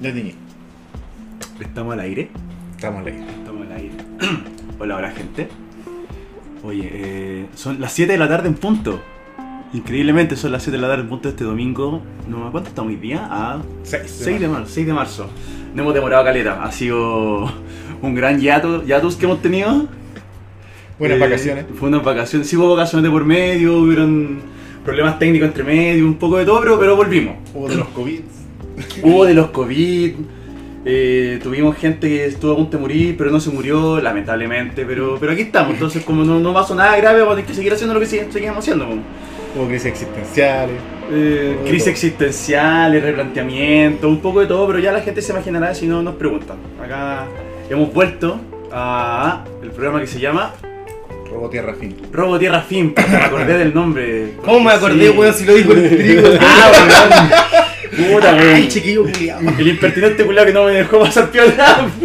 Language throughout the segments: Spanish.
de niñez. Estamos al aire. Estamos al aire. Estamos al aire. hola, hola, gente. Oye, eh, son las 7 de la tarde en punto. Increíblemente son las 7 de la tarde en punto este domingo. No me cuánto estamos hoy día. A 6 6 de marzo. 6 de marzo. No hemos demorado caleta. Ha sido un gran hiato- hiatus que hemos tenido. Buenas Eh, vacaciones. Fue unas vacaciones. Sí, hubo vacaciones de por medio, hubieron problemas técnicos entre medio, un poco de todo, pero, pero volvimos. Hubo de los COVID. Hubo de los COVID, eh, tuvimos gente que estuvo a punto de morir, pero no se murió, lamentablemente, pero, pero aquí estamos. Entonces, como no, no pasó nada grave, vamos a tener que seguir haciendo lo que se- seguimos haciendo. po. Hubo crisis existenciales. Eh, Todo de crisis todo. existenciales, replanteamiento, un poco de todo, pero ya la gente se imaginará si no nos preguntan. Acá hemos vuelto a el programa que se llama Robo tierra fin. Robo Tierra Fin, porque me acordé del nombre. ¿Cómo me acordé, Sí. weón, si lo dijo el trigo? Ah, weón. Puta, weón. Ay, chiquillo, culiao. El impertinente culiao que no me dejó pasar piola.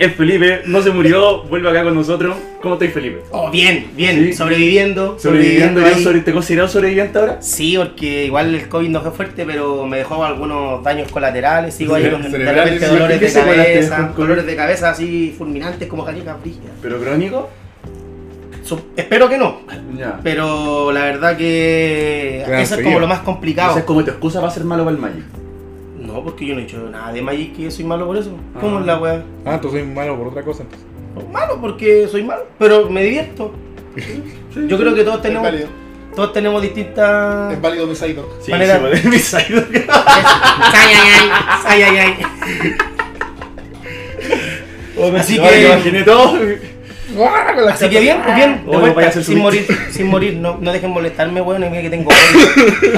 Es Felipe, no se murió, vuelve acá con nosotros. ¿Cómo estáis, Felipe? Oh, bien, bien, Sí. sobreviviendo. ¿Sobreviviendo? ahí. bien, sobre- ¿Te considerado sobreviviente ahora? Sí, porque igual el COVID no fue fuerte, pero me dejó algunos daños colaterales. Sigo ahí con de Cerebrales, repente sí, dolores ¿qué de secuelas te dejó el cabeza, COVID? dolores de cabeza así fulminantes como canicas brígidas. ¿Pero crónico? So- espero que no, Ya. pero la verdad que Gran eso es frío. como lo más complicado. Esa es como tu excusa para ser malo para el Magic. No, porque yo no he hecho nada de Magic que soy malo por eso. Ah. ¿Cómo es la weá? Ah, tú soy malo por otra cosa entonces. Malo porque soy malo, pero me divierto. Yo creo que todos tenemos, todos tenemos distintas Es válido mi sidedoc. Sí, manera- sí, vale, mi saido. ay, ay, ay, ay, ay, ay. Así No, me que- imaginé todo. Así que bien, pues bien, de Oh, no vuelta, vaya a ser sin subir. morir, sin morir, no, no dejen molestarme, weón, es que tengo COVID.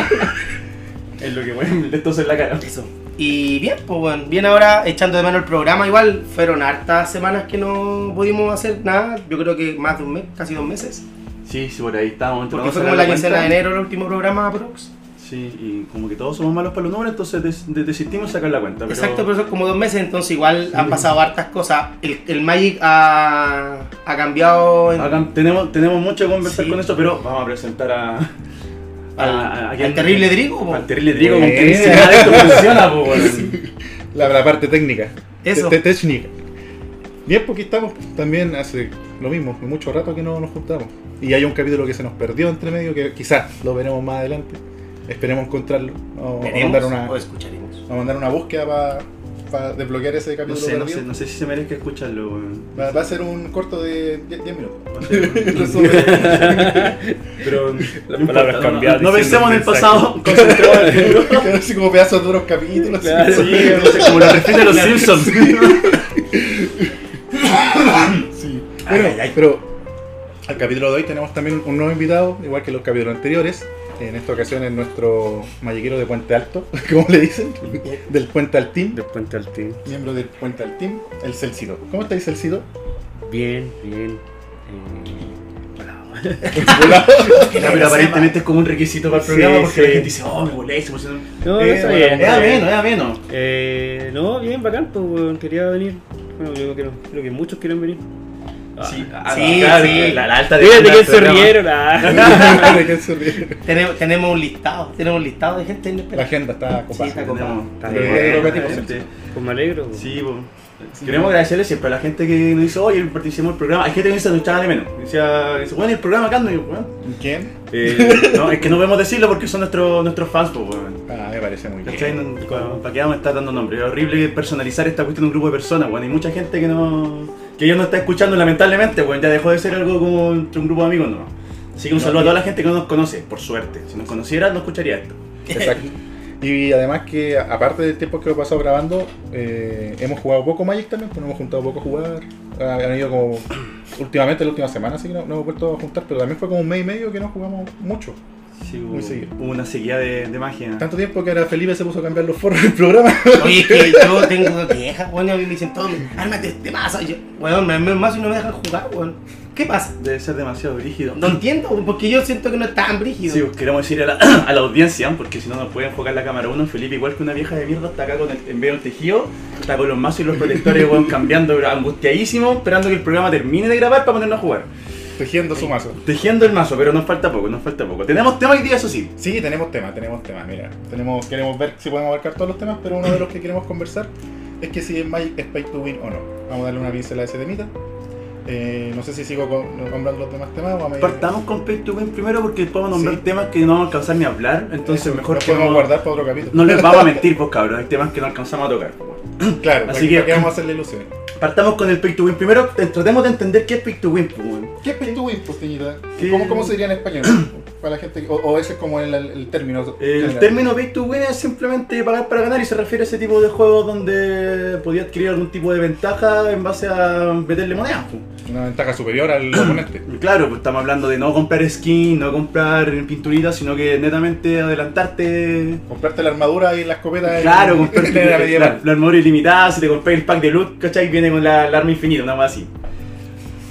Es lo que bueno, le tos en la cara. Eso. Y bien, pues weón, bien ahora echando de mano el programa, igual fueron hartas semanas que no pudimos hacer nada, yo creo que más de un mes, casi dos meses. Sí, sí, por ahí estábamos. Porque entramos fue a como la cuenta. quincena de enero el último programa aprox. Sí, y como que todos somos malos para los números, entonces des- des- desistimos sacar la cuenta. pero- Exacto, pero son como dos meses, entonces igual han pasado hartas cosas. El, el Magic ha, ha cambiado en- Hagan- tenemos, tenemos mucho que conversar Sí. con esto, pero vamos a presentar a. al, a- a- a- al terrible Drigo. po. Al terrible Drigo, con Eh. quien si nada de esto funciona, po, weón. La, la parte técnica. Eso. Te- te- Técnica. Bien, porque estamos también hace lo mismo, mucho rato que no nos juntamos. Y hay un capítulo que se nos perdió entre medio, que quizás lo veremos más adelante. Esperemos encontrarlo. O, o ¿Veremos mandar una, o pues, escucharemos? Vamos a mandar una búsqueda para desbloquear ese No capítulo. sé, no perdido. sé, no sé si se merezca escucharlo, weón. Va, va a ser un corto de 10 minutos. No sé. Resumen. Pero. Las no palabras importa, cambiadas No, no pensemos en diciendo el el mensaje. pasado, concentremos en el futuro. Quedan así como pedazos de unos capítulos. así. Sí, no sé, como lo repiten los Simpsons. Sí. Bueno, pero al capítulo de hoy tenemos también un nuevo invitado, igual que los capítulos anteriores. En esta ocasión es nuestro mallequero de Puente Alto, como le dicen, del Puente Altín, De Puente Altín. miembro del Puente Altín, el Celcito. ¿Cómo estáis, Celcito? Bien, bien. eh, hola. No, pero aparentemente es como un requisito para el Sí, programa porque la sí. gente dice, oh, me volé, se pusieron. No, Eh, está bueno, bien. Es está bien. ameno, es ameno. Eh, no, bien, bacán, pues, weón, Quería venir. Bueno, yo creo, creo que muchos quieren venir. Sí, sí, Ah, claro, sí. La, la alta de Fíjate que se rieron. ah. ¿De qué se ríe? Tenemos, tenemos un listado, tenemos un listado de gente La inesperada. agenda está copada. Sí, está copada. Está Bien, bien, bien, gente. Pues me alegro. pues. Sí, pues. Queremos agradecerle siempre a la gente que nos dice, oye, participamos en el programa. Hay gente que dice, nos echaba de menos. Decía, dice, bueno, ¿y el programa acá, no, Y yo, bueno. ¿Quién? Eh, no, es que no podemos decirlo porque son nuestros, nuestros fans, pues, weón. Ah, me parece muy bien. ¿Cachai? No- ¿Para qué vamos a estar dando nombres? Es horrible personalizar esta cuestión en un grupo de personas, weón. Hay mucha gente que no. que ya no está escuchando, lamentablemente, weón. Ya dejó de ser algo como entre un grupo de amigos, no. Así que un saludo a toda la gente que no nos conoce, por suerte. Si nos conociera, no escucharía esto. Exacto. Y además que, a- aparte del tiempo que lo he pasado grabando, eh, hemos jugado poco Magic también, pues nos hemos juntado poco a jugar. Ah, Han ido como últimamente, la última semana, así que no, no hemos vuelto a juntar, pero también fue como un mes y medio que no jugamos mucho. Sí, Muy seguido. hubo una sequía de, de magia. Tanto tiempo que ahora Felipe se puso a cambiar los forros del programa. Oye, es que yo tengo quejas, weón, y a mí me dicen todos, ármate este mazo. Y yo, weón, me armé un mazo y no me dejan jugar, weón. ¿Qué pasa? Debe ser demasiado rígido. No entiendo, weón, porque yo siento que no es tan brígido. Sí, pues, queremos decir a la, a la audiencia, porque si no nos pueden enfocar la cámara uno, Felipe, igual que una vieja de mierda, está acá con el, en vez del tejido, está con los mazos y los protectores, weón, cambiando, pero angustiadísimo, esperando que el programa termine de grabar para ponernos a jugar. tejiendo su mazo. Tejiendo el mazo, pero nos falta poco, nos falta poco. Tenemos tema hoy día, eso sí. Sí, tenemos tema, tenemos tema. Mira, tenemos, queremos ver si podemos abarcar todos los temas, pero uno de los que queremos conversar es que si es Magic es pay to win o no. Vamos a darle una pincelada a ese temita. Eh, no sé si sigo con- nombrando los demás temas o a medida- Partamos con Pay to Win primero porque después vamos a nombrar Sí. temas que no vamos a alcanzar ni a hablar. Entonces, Eso, mejor los que podemos no, guardar para otro capítulo. no les vamos a mentir, pues cabros. Hay temas que no alcanzamos a tocar. pues, bueno. Claro, Así así que- que vamos a hacerle ilusiones. Partamos con el Pay to Win primero. te- Tratemos de entender qué es Pay to Win, pues, bueno. ¿Qué es pay to win, pues, Teñita? ¿Qué- ¿Cómo, cómo se diría en español? para la gente, o, o ese es como el, el término. El general. término Pay to Win es simplemente pagar para ganar y se refiere a ese tipo de juegos donde podía adquirir algún tipo de ventaja en base a meterle monedas. pues. Una ventaja superior al oponente. Y Claro, pues estamos hablando de no comprar skin, no comprar pinturitas, sino que netamente adelantarte. Comprarte la armadura y la escopeta. y- Claro, y la comprarte la, medieval. la armadura ilimitada, si te compré el pack de loot, ¿cachai? Viene con la, la arma infinita, una más así.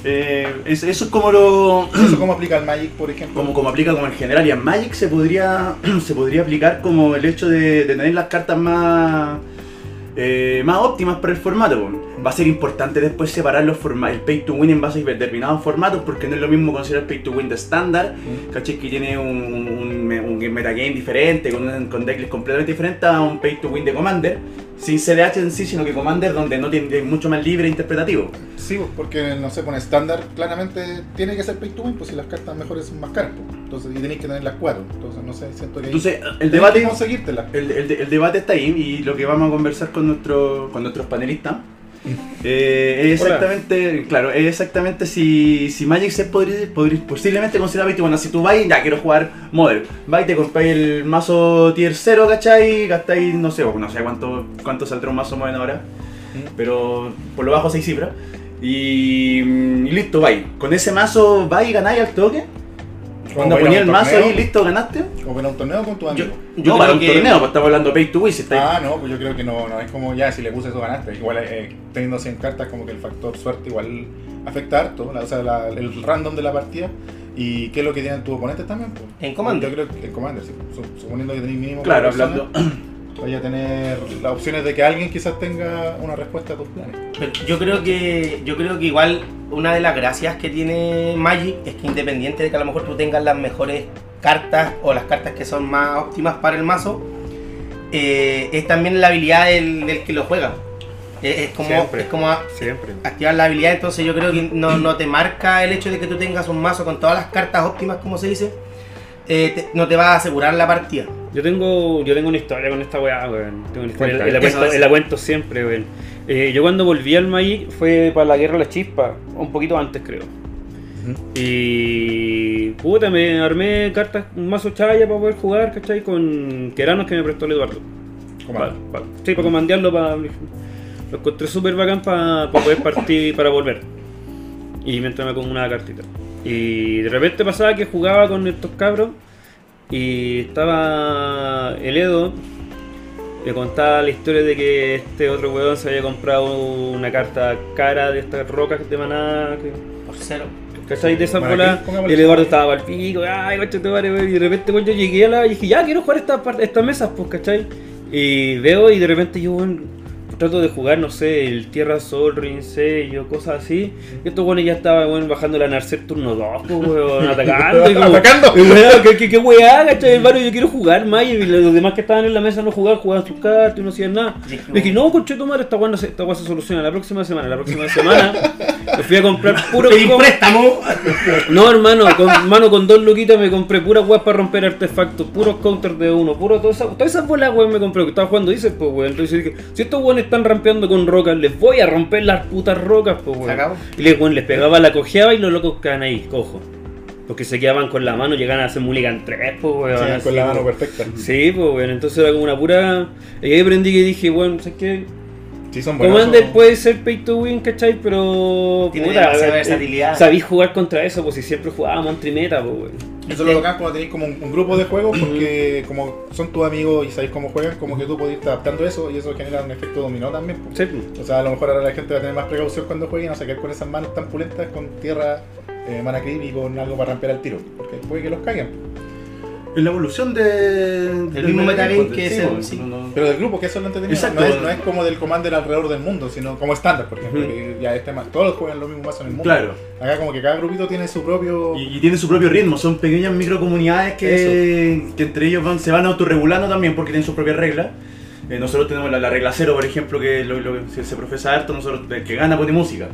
Eh, es- eso es como lo. ¿Eso cómo aplica el Magic, por ejemplo? Como, como aplica como en general y en Magic se podría, se podría aplicar como el hecho de, de tener las cartas más, eh, más óptimas para el formato. po. Va a ser importante después separar los forma- el pay to win en base a determinados formatos porque no es lo mismo considerar pay to win de estándar, ¿cachai? que tiene un, un, me- un metagame diferente, con, un- con decklist completamente diferente a un pay to win de Commander, sin CDH en sí, sino que Commander donde no tiene es mucho más libre e interpretativo. Sí, pues, porque no sé, pone estándar, claramente tiene que ser pay to win, pues si las cartas mejores son más caras. pues. Entonces, y tenéis que tener las cuatro. Entonces, no sé, siento que. ahí- Entonces, el tenéis que debate... conseguírtelas. El, el- el debate está ahí y lo que vamos a conversar con, nuestro, con nuestros panelistas eh, es Hola. exactamente, claro, es exactamente si, si Magic se podría, podría- posiblemente considerar Bitcoin. Bueno, si tú vas y ya quiero jugar Modern, vas y te compráis el mazo tier 0, ¿cachai? Gastáis, no sé, no sé cuánto, cuánto saldrá un mazo Modern ahora, Mm. pero por lo bajo 6 cifras. Y, mm, y listo, vais. Con ese mazo vais y ganáis al toque. Cuando para ir a ponías el un mazo torneo, ahí, listo, ganaste. O para un torneo con tu Yo, amigo. yo no, para creo un que torneo, pues estamos hablando pay to win, si estáis Ah, no, pues yo creo que no, no es como ya, si le puse eso ganaste. Igual eh, teniendo 100 cartas, como que el factor suerte igual afecta harto, la- o sea, la- el random de la partida y qué es lo que tienen tus oponentes también. pues. En Commander. Yo creo que en Commander, sí. Su- suponiendo que tenéis mínimo. Claro, cuatro hablando. personas, Vaya a tener las opciones de que alguien quizás tenga una respuesta a tus planes. Pero Yo creo que yo creo que igual una de las gracias que tiene Magic es que independiente de que a lo mejor tú tengas las mejores cartas o las cartas que son más óptimas para el mazo, eh, es también la habilidad del, del que lo juega. Es, es como, Siempre. es como a- Siempre. activar la habilidad, entonces yo creo que no, no te marca el hecho de que tú tengas un mazo con todas las cartas óptimas, como se dice, eh, te- no te va a asegurar la partida. Yo tengo, yo tengo una historia con esta weá, weón. Tengo una historia, Cuenta, y la, eso, cuento, eso. y la cuento siempre, weón. Eh, yo cuando volví al maíz fue para la guerra de las chispas, un poquito antes creo. Y puta, me armé cartas, un mazo chaya para poder jugar, ¿cachai? Con queranos que me prestó el Eduardo. Commander. Pa- pa- sí, para comandearlo, para, lo encontré súper bacán para poder partir, para volver. Y mientras me con una cartita. Y de repente pasaba que jugaba con estos cabros y estaba el Edo. Le contaba la historia de que este otro weón se había comprado una carta cara de estas rocas de maná. Que, Por cero. ¿Cachai? De esa Maraquí, bola. pongámosle Y el Eduardo esa estaba para el pico, ay, coche, te vale, güey. Y de repente, güey, yo llegué a la. Y dije, ya, quiero jugar estas par- estas mesas, pues, ¿cachai? Y veo, y de repente yo, güey, trato de jugar, no sé, el Tierra Sol, Rinsello, cosas así. Y estos güeyes ya estaban, güey, bajando la Narcer turno 2, pues, güey, atacando. Y como, Atacando. y, güey, ¿qué, qué, qué weá, ¿cachai? El barrio, yo quiero jugar, más. Y los demás que estaban en la mesa no jugaban, jugaban sus cartas y no hacían nada. Le dije, no, conche tu madre, esta weá no se- esta weá se soluciona la próxima semana. La próxima semana me fui a comprar puro Pedí com- préstamo. no, hermano, con, hermano, con dos luquitas me compré puras weas para romper artefactos, puros counters de uno, puro todas esas todas esas bolas weón me compré, que estaba jugando dices, pues weón. Entonces dije, si estos weones están rampeando con rocas, les voy a romper las putas rocas, pues Se weón. acabó. Y les, weón, les pegaba la cojeaba y los locos quedaban ahí, cojo. Porque se quedaban con la mano, llegaban a hacer mulligan tres, pues weón. Sí, así, con la mano pues. perfecta. Sí, pues weón, entonces era como una pura. Y ahí aprendí que dije, weón, ¿sabes qué? Sí, son buenos. Commander son- puede ser pay to win, ¿cachai? Pero. Tiene demasiada eh, versatilidad. Sabís jugar contra eso, pues si siempre jugábamos en trimeta, pues, güey. Eso lo Este- logran cuando tenéis como un, un grupo de juegos, porque como son tus amigos y sabéis cómo juegan, como que tú podés irte adaptando eso y eso genera un efecto dominó también. pues. Sí, pues. O sea, a lo mejor ahora la gente va a tener más precaución cuando juegue y no sacar con esas manos tan pulentas con tierra, eh, mana creep y con algo para rampear al tiro. Porque puede que los caigan. en la evolución de, del mismo Mega Mega Game, Game pues, que sí, es el- pues, sí. no- no- Pero del grupo, que eso es lo entretenido. Exacto. No es, no es como del Commander alrededor del mundo, sino como estándar, por ejemplo. Ujú. que ya este más, todos juegan lo mismo mazo en el mundo. Claro. Acá como que cada grupito tiene su propio... Y, y tiene su propio ritmo, son pequeñas microcomunidades que, que entre ellos van, se van autorregulando también porque tienen sus propias reglas. Eh, nosotros tenemos la, la regla cero, por ejemplo, que lo, lo que se, se profesa harto, nosotros, el que gana pone música.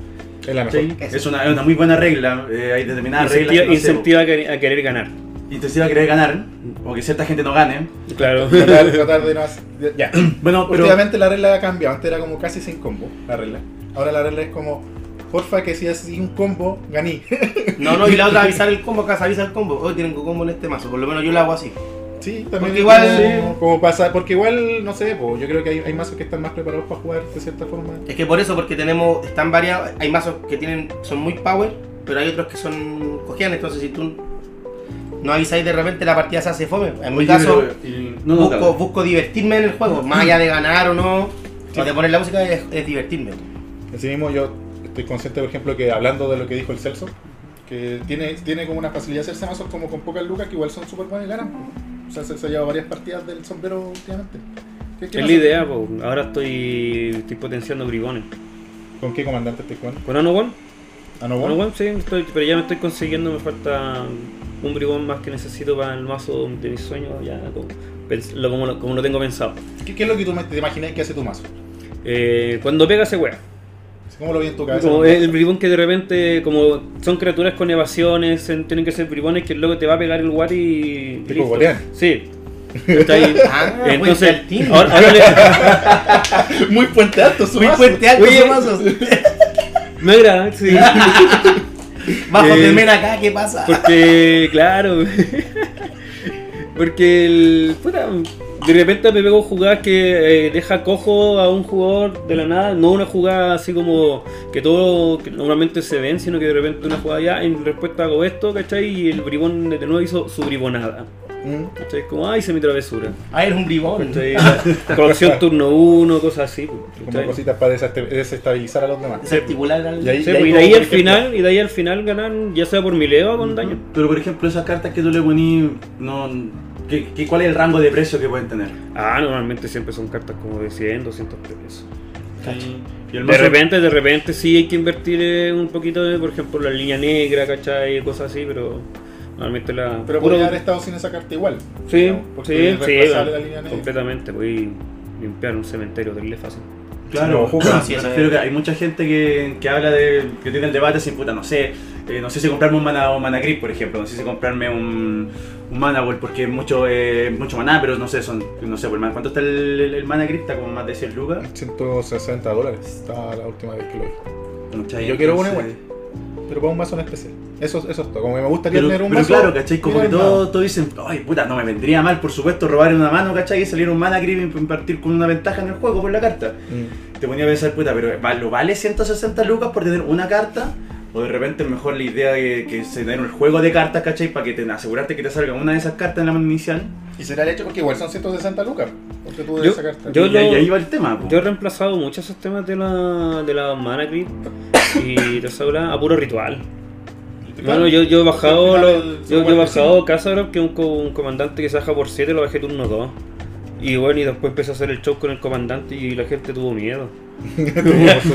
Es la mejor. ¿cachai? Es, una, es una muy buena regla, eh, hay determinadas reglas. que no sé, Incentiva, pues. incentiva a, querer, a querer ganar. po, intensiva a querer ganar, o que cierta gente no gane. Claro. Tratar, tratar de no hacer- de- Ya. Bueno, pero Últimamente la regla ha cambiado. Antes era como casi sin combo, la regla. Ahora la regla es como... Porfa, que si haces un combo, ganí. No, no, y la otra avisar el combo, acá se avisa el combo. Hoy tienen combo en este mazo, por lo menos yo lo hago así. Sí, Porque también igual- como, como pasa, porque igual, no sé, po, yo creo que hay, hay mazos que están más preparados para jugar de cierta forma. Es que por eso, porque tenemos, están variados, hay mazos que tienen, son muy power, pero hay otros que son cojean, entonces si tú no avisáis de repente la partida se hace fome. En mi Oye, caso, pero, eh, no, no, busco, claro. busco divertirme en el juego, más allá de ganar o no, o de poner la música es, es divertirme. Así mismo yo estoy consciente, por ejemplo, que hablando de lo que dijo el Celso, que tiene, tiene como una facilidad de hacerse mazos como con pocas lucas que igual son súper buenas y ganan. po. O sea, se, se ha llevado varias partidas del sombrero últimamente. ¿Qué- qué Es mazo- la idea, po. ahora estoy, estoy potenciando bribones. ¿Con qué comandante estoy jugando? ¿Con Anowan? ¿A ¿Ah? no, Anowan, sí, estoy, pero ya me estoy consiguiendo, me falta un bribón más que necesito para el mazo de mis sueños, ya como, pens- lo, como, lo, como lo tengo pensado. ¿Qué, qué es lo que tú me- te imaginas que hace tu mazo? Eh, cuando pega se wea. Así, ¿Cómo lo vi en tu cabeza? Como el bribón que de repente, como son criaturas con evasiones, en- tienen que ser bribones que luego te va a pegar el guati y. Tipo listo. golean. Sí. ¿Cachai? Ah, puente Entonces, al tiro. ahora, ahora le- Muy puente alto, su Muy mazo. fuerte alto Oye. esos mazos. me agrada, sí. Bajo Eh. pues, de men acá, ¿qué pasa? Porque, claro. Porque el. puta, de repente me pego jugadas que eh, deja cojo a un jugador de la nada. No una jugada así como que todo que normalmente se ven, sino que de repente una jugada ya en respuesta hago esto, ¿cachai? Y el bribón de nuevo hizo su bribonada. Mm. ¿Cachai? Como, ay, se me travesura. Ah, eres un bribón. Ah, ¿Cachai? Corrupción turno 1, cosas así. pues, Como ¿cachai? cositas para desest- desestabilizar a los demás. Desarticular al... Y ahí- Sí, pues, y de como, ahí por al ejemplo, final, y de ahí al final ganan, ya sea por mileo o con daño. Pero por ejemplo, esas cartas que tú le ponís, no, ¿qué, qué, cuál es el rango de precio que pueden tener? Ah, normalmente siempre son cartas como de 100, 200 pesos. Y el De mazo- repente, de repente sí hay que invertir eh, un poquito, de, por ejemplo, la línea negra, ¿cachai? Cosas así, pero normalmente la... Pero puro- podría haber estado sin esa carta igual. Sí, digamos, porque sí, es sí, reemplazable la línea negra. completamente. Voy a limpiar un cementerio, terrible fácil. No, Claro, jugar. sí, eso es. Pero que hay mucha gente que, que habla de. que tiene el debate sin puta, no sé. eh, no sé si comprarme un mana, un mana grip, por ejemplo. No sé si comprarme un, un mana ball, porque es mucho, eh, mucho maná, pero no sé, son. No sé, por el mana- ¿cuánto está el, el, el mana grip? Está como más de 100 lucas. 160 dólares estaba la última vez que lo vi. ¿cachai? Yo quiero uno Entonces- Pero para un mazo en especial. Eso, eso es todo. Como que me gustaría Pero, tener un pero mazo. claro, ¿cachai? Como que bien todos armado. todo dicen, ay puta, no me vendría mal, por supuesto, robar una mano, ¿cachai? Y salir un mana grip y partir con una ventaja en el juego por la carta. Mm. te ponía a pensar, puta, pero ¿va- ¿lo vale 160 lucas por tener una carta? O de repente es mejor la idea que, que se den un juego de cartas, ¿cachai? Para que te asegurarte que te salga una de esas cartas en la mano inicial. Y será el hecho porque igual son 160 lucas. Porque tú de Yo- esa carta. yo- y, ahí- lo- ahí va el tema. po. Yo he reemplazado muchos esos temas de la, de la mana grip y de esa bola a puro ritual. Bueno, yo, yo he bajado, Al final lo- el- yo, yo he bueno, bajado Kasarov, que es un, co- un comandante que se baja por 7, lo bajé turno 2. Y bueno, y después empecé a hacer el show con el comandante y la gente tuvo miedo.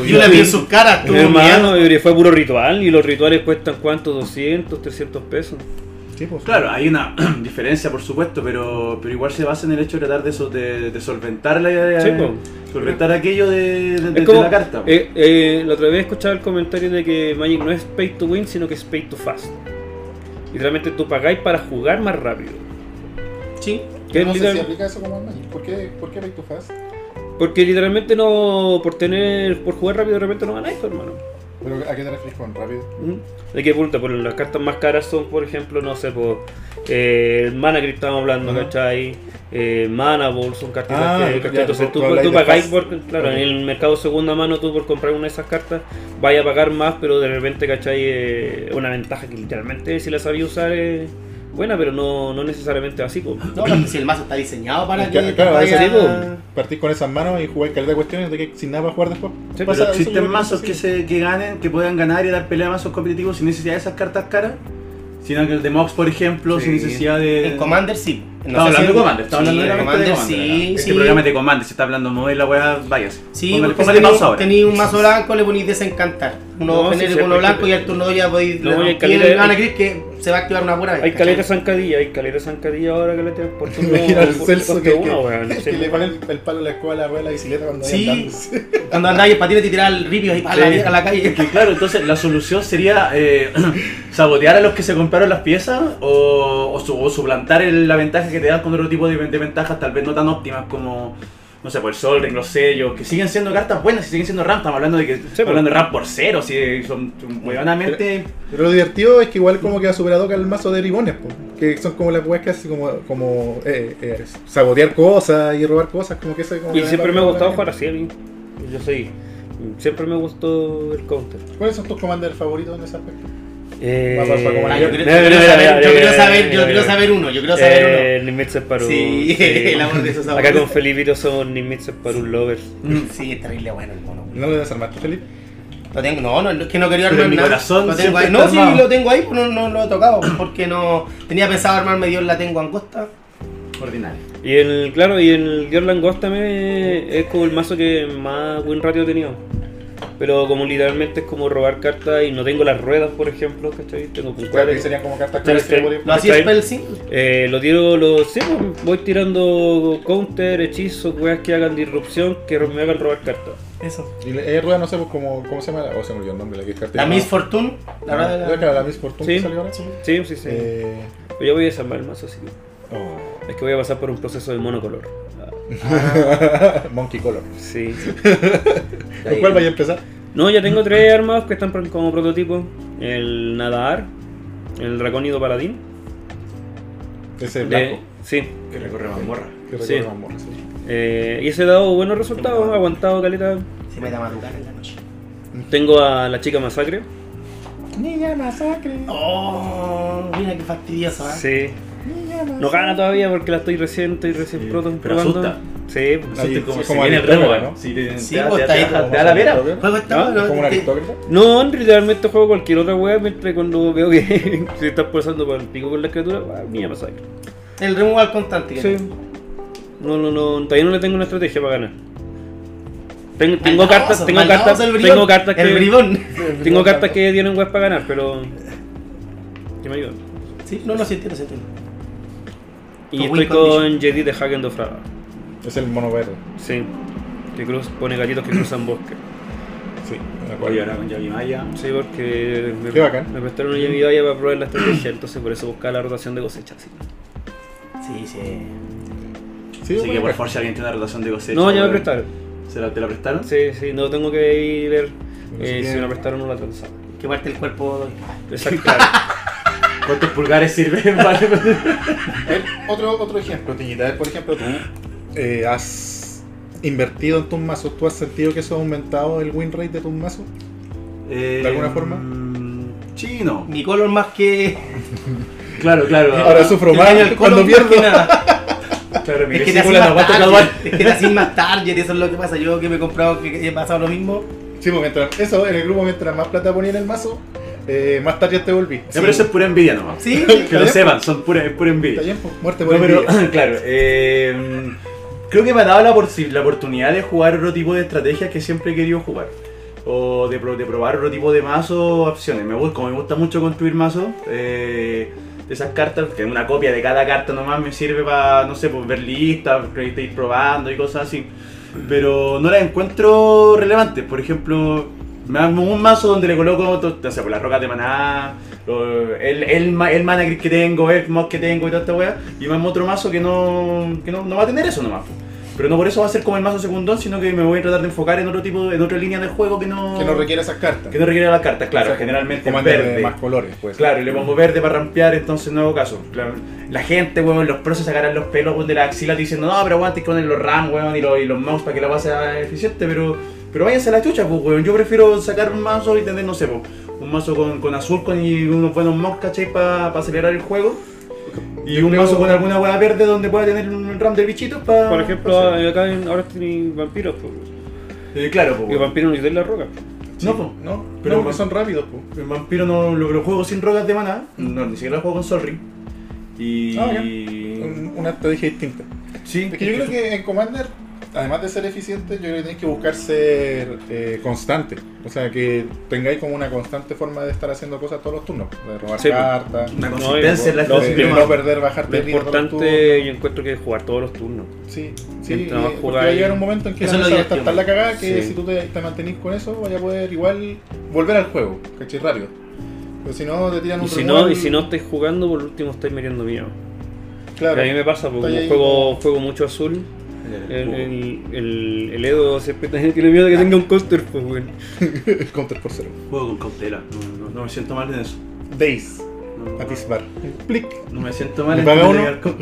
Yo la vi en sus caras, tú. Hermano, y fue puro ritual, y los rituales cuestan cuánto, 200, 300 pesos. Sí, pues. Claro, hay una diferencia, por supuesto, pero, pero igual se basa en el hecho de tratar de, eso, de, de solventar, la, Sí, de, po. solventar aquello de, de- de- de Es como, la carta. po. eh, eh, la otra vez escuchaba el comentario de que Magic no es pay to win, sino que es pay to fast. Literalmente tú pagáis para jugar más rápido. Sí. Que es no sé literal- si aplica eso como al Magic. ¿Por qué, por qué Make to Fast? Porque literalmente no, por tener, por jugar rápido de repente no ganáis, pues, hermano. Pero ¿a qué te refieres con rápido? ¿Mm? De qué punta, por las cartas más caras son, por ejemplo, no sé, por eh, el mana que estamos hablando, Ajá. ¿cachai? Eh, mana ball son cartas Ah, que, ya, ¿cachai? Entonces tú- tú, tú habláis tú de pagáis fast. por, claro, Ok. en el mercado segunda mano tú por comprar una de esas cartas vaya a pagar más, pero de repente, ¿cachai? Eh, una ventaja que literalmente si la sabía usar es buena, pero no, no necesariamente así, pues. No, pero si el mazo está diseñado para Claro, que. claro, a veces vaya- tipo, partís con esas manos y jugáis caleta de cuestiones de que sin nada para jugar después. Sí, Pero eso yo creo existen que mazos sí. que, se, que ganen, que puedan ganar y dar pelea a mazos competitivos sin necesidad de esas cartas caras. Sino que el de Mox, por ejemplo, Sí. sin necesidad de. El Commander sí. Estamos sé si- hablando de Commander, estamos sí, hablando de el la Commander gente de Commander, sí, ¿verdad? Este sí. programa es de Commander, se está hablando muy la weá, váyase. Sí, Póngale- porque póngale si pausa tenéis- ahora. tenéis un mazo blanco le ponéis desencantar. Uno No, genera sí, sí, uno porque- blanco y al turno dos ya podéis. No, le y hay rompí caleta- el- van a creer que se va a activar una pura vez, Hay ¿cachai? caleta zancadilla, hay caleta zancadilla ahora que le te por turno. Imagina al por- Celso por que, turno, que- weón, que sí. le pone el, el palo a la escuela a la rueda de la bicicleta cuando Sí. vaya andando. Cuando andáis en patinete y tirar el ripio ahí para la Sí. vieja a la calle. Que claro, entonces la solución sería eh, sabotear a los que se compraron las piezas o, o su- o suplantar el- la ventaja que te dan con otro tipo de, de ventajas, tal vez no tan óptimas como, no sé, por el sol, ring, los sellos, que siguen siendo cartas buenas y siguen siendo RAM. Estamos hablando de que estamos hablando de RAM por cero, si son huevanamente. Pero lo divertido es que igual como que ha superado el mazo de ribones, po, que son como las weas que hace como, como eh, eh, sabotear cosas y robar cosas, como que eso es como Y que- siempre me ha gustado jugar así a mí. Yo soy. Siempre me gustó el counter. ¿Cuáles son tus commanders favoritos en ese aspecto? Eh, Va, va, va, como Ah, la- Yo mira, quiero- yo quiero mira, saber- mira, yo quiero mira, saber, yo mira, quiero mira. saber uno, yo quiero saber Eh, Nimit uno. separó. Sí, el amor de esos Acá con sabores. Felipito son Nimit separó un lover. Mm, Sí, es terrible bueno el mono. ¿No lo desarmaste, Felipe? Lo tengo, no, no, es que no quería Pero armar mi nada. corazón Lo tengo siempre ahí. No, está sí, armado. lo tengo ahí, pero no, no lo he tocado. Porque no. Tenía pensado armarme Dios la tengo angosta. Ordinario. Y el, claro, y el Girl Langos también es como el mazo que más buen ratio he tenido. Pero como literalmente es como robar cartas y no tengo las ruedas, por ejemplo, ¿cachai? Tengo con Claro, cuatro. que serían como cartas Pero claras que este- podrían- Lo hacía Está Spell Single. Eh, lo tiro, lo, sí, pues, voy tirando counter, hechizos, weas que hagan disrupción, que me hagan robar cartas. Eso. Y la- ella rueda, no sé pues, cómo, cómo se llama, o se me olvidó el nombre, la que es carta. La Ah. Miss Fortune. La la, verdad. la, la- Miss Fortune Sí. que salió ahora. Sí, sí, sí. Eh, Pero yo voy a desarmar el mazo, así que oh. es que voy a pasar por un proceso de monocolor. Ah, Monkey Color. sí. ¿Con cuál vaya a empezar? No, ya tengo tres armas que están pro- como prototipo. El Nadar, el Dracónido Paladín. Ese de- blanco. sí. Que recorre mazmorra. Que sí. recuerda amor, sí. Eh, y ese ha dado buenos resultados, ha aguantado caleta. Se me da madrugar en la noche. Mm. Tengo a la chica Masacre. Niña masacre. Oh, mira qué fastidioso, Ah. ¿eh? Sí. No gana todavía porque la estoy recién, estoy recién Sí, proto pero probando. asusta. Sí, Ahí, Siente sí, como es si como viene el aristócrata, remo, ¿eh? ¿no? Sí, te- Sí, te da- vos te está ahí da- como- te da la vera. eh, Juego Ah, está ¿Es como un te- aristócrata? No, literalmente juego cualquier otra wea mientras cuando veo que se está pasando para el pico con la criatura, ah, mía masacre. El removal constante. que Sí. tengo. No, no, no, todavía no le tengo una estrategia para ganar. Tengo, tengo Maldadoso, cartas, tengo maldadoso cartas, el bribón, tengo cartas El que bribón. tengo cartas que tienen weas para ganar, pero que me ayudan. Sí, no, no, sí entiendo, sí entiendo. Y Tu estoy win condition. con Jedi de Hagen Dofraga. Es el mono verde. Sí. Que cruz, pone gatitos que cruzan bosque. Sí, me acuerdo. Oye, ahora con Yami Maya. Sí, porque me, Qué bacán. me prestaron una Yamibaya para probar la estrategia, entonces por eso buscaba la rotación de cosecha. sí. Sí, sí. Sí, Así que bueno, por favor, si alguien tiene una relación de cosecha. No, ya me weón, prestaron. ¿se la- ¿Te la prestaron? Sí, sí, no tengo que ir ver Pero eh, si si tiene- me la prestaron o no la transaron. Que parte el cuerpo. Exacto. ¿Cuántos pulgares sirven? Vale. pues. El- otro, otro ejemplo, Tiñita, por ejemplo, tú eh, has invertido en tus mazos, ¿tú has sentido que eso ha aumentado el win rate de tus mazos? ¿De alguna Em, forma? Chino. Mi color más que. Claro, claro. Ahora sufro que más el daño al cuando colon más pierdo. que nada. Claro, mi Es que te vesícula no hacen más aguanta target. calvar. Es que te hacen más target. Eso es lo que pasa. Yo que me he comprado, que he pasado lo mismo. Sí, pues mientras, eso, en el grupo, mientras más plata ponía en el mazo, eh, más tarde te volví. pues, Ya, pero eso es pura envidia nomás. Sí, Que lo sepan, son pura, es pura envidia. Está bien, pues, muerte No, por pero, envidia. claro, eh, creo que me ha dado la, porci- la oportunidad de jugar otro tipo de estrategias que siempre he querido jugar. O de, pro- de probar otro tipo de mazos, opciones. Me gusta, como me gusta mucho construir mazos, eh, de esas cartas, que una copia de cada carta nomás me sirve para, no sé, pues, ver listas, ir ir probando y cosas así. Pero no las encuentro relevantes. Por ejemplo, me hago un mazo donde le coloco, to- no sé, pues, las rocas de maná, lo- el, el, ma- el mana grid que tengo, el mod que tengo y toda esta weá. Y me armo otro mazo que no, que no, no va a tener eso nomás. po. Pero no por eso va a ser como el mazo secundón, sino que me voy a tratar de enfocar en otro tipo, en otra línea de juego que no, Que no requiere esas cartas. que no requiere las cartas, claro, O sea, generalmente en comandos de verde. más colores, pues. Claro, y le pongo verde para rampear, entonces no hago caso. Claro, La gente, weón, los pros se sacarán los pelos weón, de la axila diciendo, no, pero aguante con los RAM, weón, y los, y los mouse para que la base sea eficiente, pero, pero váyanse a la chucha, pues, weón. Yo prefiero sacar un mazo y tener, no sé, pues, un mazo con, con azul con y unos buenos mouse, ¿cachai? Para acelerar el juego. Y un mazo con alguna hueá verde donde pueda tener un RAM de bichitos para. Por ejemplo, acá en- ahora tienen vampiros, pues. Eh, claro, pues. Porque weón. vampiros no tienen la roca. No, pues. po. No, Pero pero man- son rápidos, pues. po. El vampiro no lo, lo juego sin rogas de maná. No, ni siquiera lo juego con Sorry. Y. Ah, Un- Una estrategia distinta. Sí, Es que yo creo que en Commander, además de ser eficiente, yo creo que tenéis que buscar ser eh, constante. O sea, que tengáis como una constante forma de estar haciendo cosas todos los turnos. De robar Sí, pues. po. cartas, Una No, consistencia en la de, no, de estrategia. no, no perder, bajar Lo perdido todos los importante yo encuentro que es jugar todos los turnos. turnos. Sí, sí. Mientras más eh, porque jugáis- va a llegar un momento en que Eso la es lo mesa va a estar divertido, tan la cagada que Sí. si tú te, te mantenís con eso, vaya a poder igual volver al juego, ¿cachai? Rápido. Pero si no, te tiran un Y si remuel, no, y si no estáis jugando, por último estáis metiendo miedo. claro. A mí me pasa, porque Estoy ahí Uh. como juego, juego mucho azul, el, el, el, el Edo siempre tiene miedo de que tenga un counter, pues bueno. Counter por cero. Juego con cautela. No, no- no me siento mal en eso. Days, No, a this bar. Plic. no me siento mal ¿Me en paga uno? llegar con-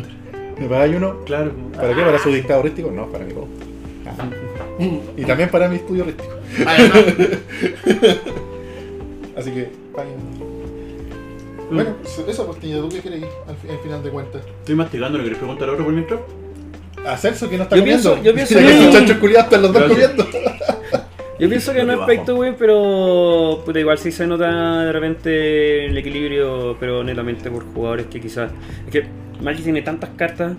¿Me pagáis uno? Claro. ah, ¿Para qué? ¿Para su dictado holístico? No, para mi voz. Ah. Y también para mi estudio holístico. Además, Así que, paguen. Bueno, pues, eso, pues, Tiño, ¿tú qué crees al, fi- al final de cuentas? Estoy masticando, ¿le querés preguntar al otro por mientras? A Celso que no está Yo comiendo. pienso- yo pienso- que esos chanchos culiados están los dos Gracias. comiendo. Yo pienso que Lo no que es bajo. pay to win, pero puta, igual sí se nota de repente el equilibrio, pero netamente por jugadores que quizás. Es que Magic tiene tantas cartas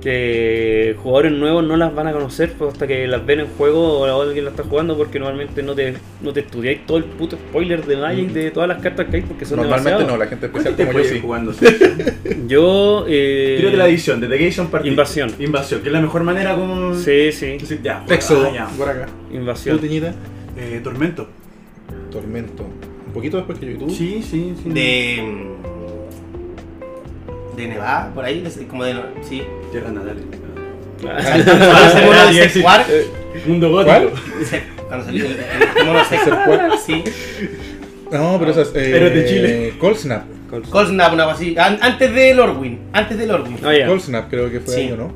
que jugadores nuevos no las van a conocer pues, hasta que las ven en juego o alguien las está jugando, porque normalmente no te, no te estudiáis todo el puto spoiler de Mm. Magic de todas las cartas que hay, porque son Normalmente no, demasiadas. la gente especial ¿Cuánto tiempo como yo llevas sí. Este jugando? Yo. Eh, Tírate la edición, desde que Jason partiste. Invasión. Invasión, que es la mejor manera como... Sí, sí, Sí, ya, Éxodo, ah, ya. por acá. ¿Tú, invasión. Tiñita? Eh, Tormento. Tormento. Un poquito después que yo y tú. Sí, sí, sí. de. mm, de Nevada, por ahí, de- como de. Sí. Tierra Natal. Cuando salió el Sexuar, Mundo gótico. Ah, ¿Cuál? cuando salió el- el mono sexuar, sí. No, pero esas. Eh, Héroes de Chile. Cold Snap. Colsnap, una cosa así. An- antes de Lorwyn. Antes de Lorwyn. Ah, ya. Cold Snap creo que fue Sí. ahí, ¿o ¿no?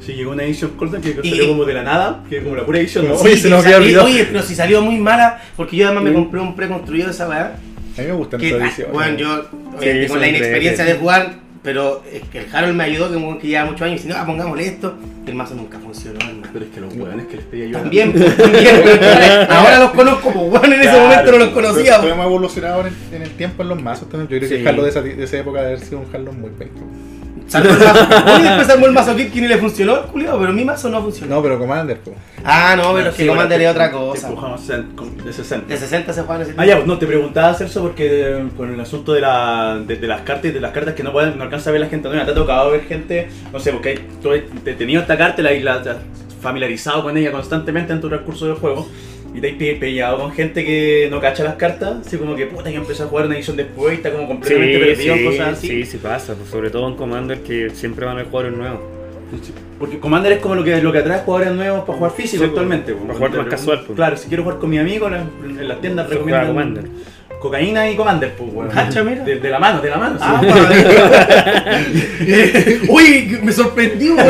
Sí, llegó una edición corta que Y- salió como de la nada, que es como la pura edición, ¿no? Sí. Oye, se nos había salió- olvidado. Oye, pero si salió muy mala, porque yo además me compré un preconstruido de esa weá. A mí me gustan Que, esas ah, ediciones. bueno, yo obviamente, Sí, con la son inexperiencia de increíbles. jugar, pero es que el Harold me ayudó, que, como que lleva muchos años, y no, ah, pongámosle esto. El mazo nunca funcionó, hermano. Pero es que los hueones que les pedía yo... También, pues, también, pero ahora los conozco, pues bueno, en ese Claro, momento no los Pero conocía. pues. hemos evolucionado en el, en el tiempo en los mazos también. Yo creo que Sí. el Halo de esa, de esa época debe haber sido un Halo muy penco. Salvo pues. el mazo. Bueno, y después armó el mazo kit que ni le funcionó, culiao, pero mi mazo no funcionó. No, pero Commander, po. Ah, no, pero es que Sí, Commander te- es otra te cosa. empujamos sen- con- de 60. De 60 se juegan ese Ah, ya, pues, no, te preguntaba, Celso, porque eh, con el asunto de, la, de, de las cartas y de las cartas que no, pueden, no alcanza a ver la gente nueva, te ha tocado ver gente, no sé, porque hay- tú has- te has tenido esta carta y la, y la te has familiarizado con ella constantemente en tu transcurso del juego y te has pe- peleado con gente que no cacha las cartas, así como que puta, yo empecé a jugar una edición después y está como completamente perdido, en cosas así. sí, sí pasa, pues, sobre todo en Commander que siempre van a jugar nuevos. Porque Commander es como lo que, lo que atrae a jugadores nuevos para jugar físico Sí, actualmente. para pues. jugar más Te- casual, pues. Claro, si quiero jugar con mi amigo, la- en las tiendas Se juega recomiendan Commander. cocaína y Commander, pues, weón. Ah, Cacha, mira. De, de la mano, de la mano. Ah, sí. pa- Uy, me sorprendí, weón.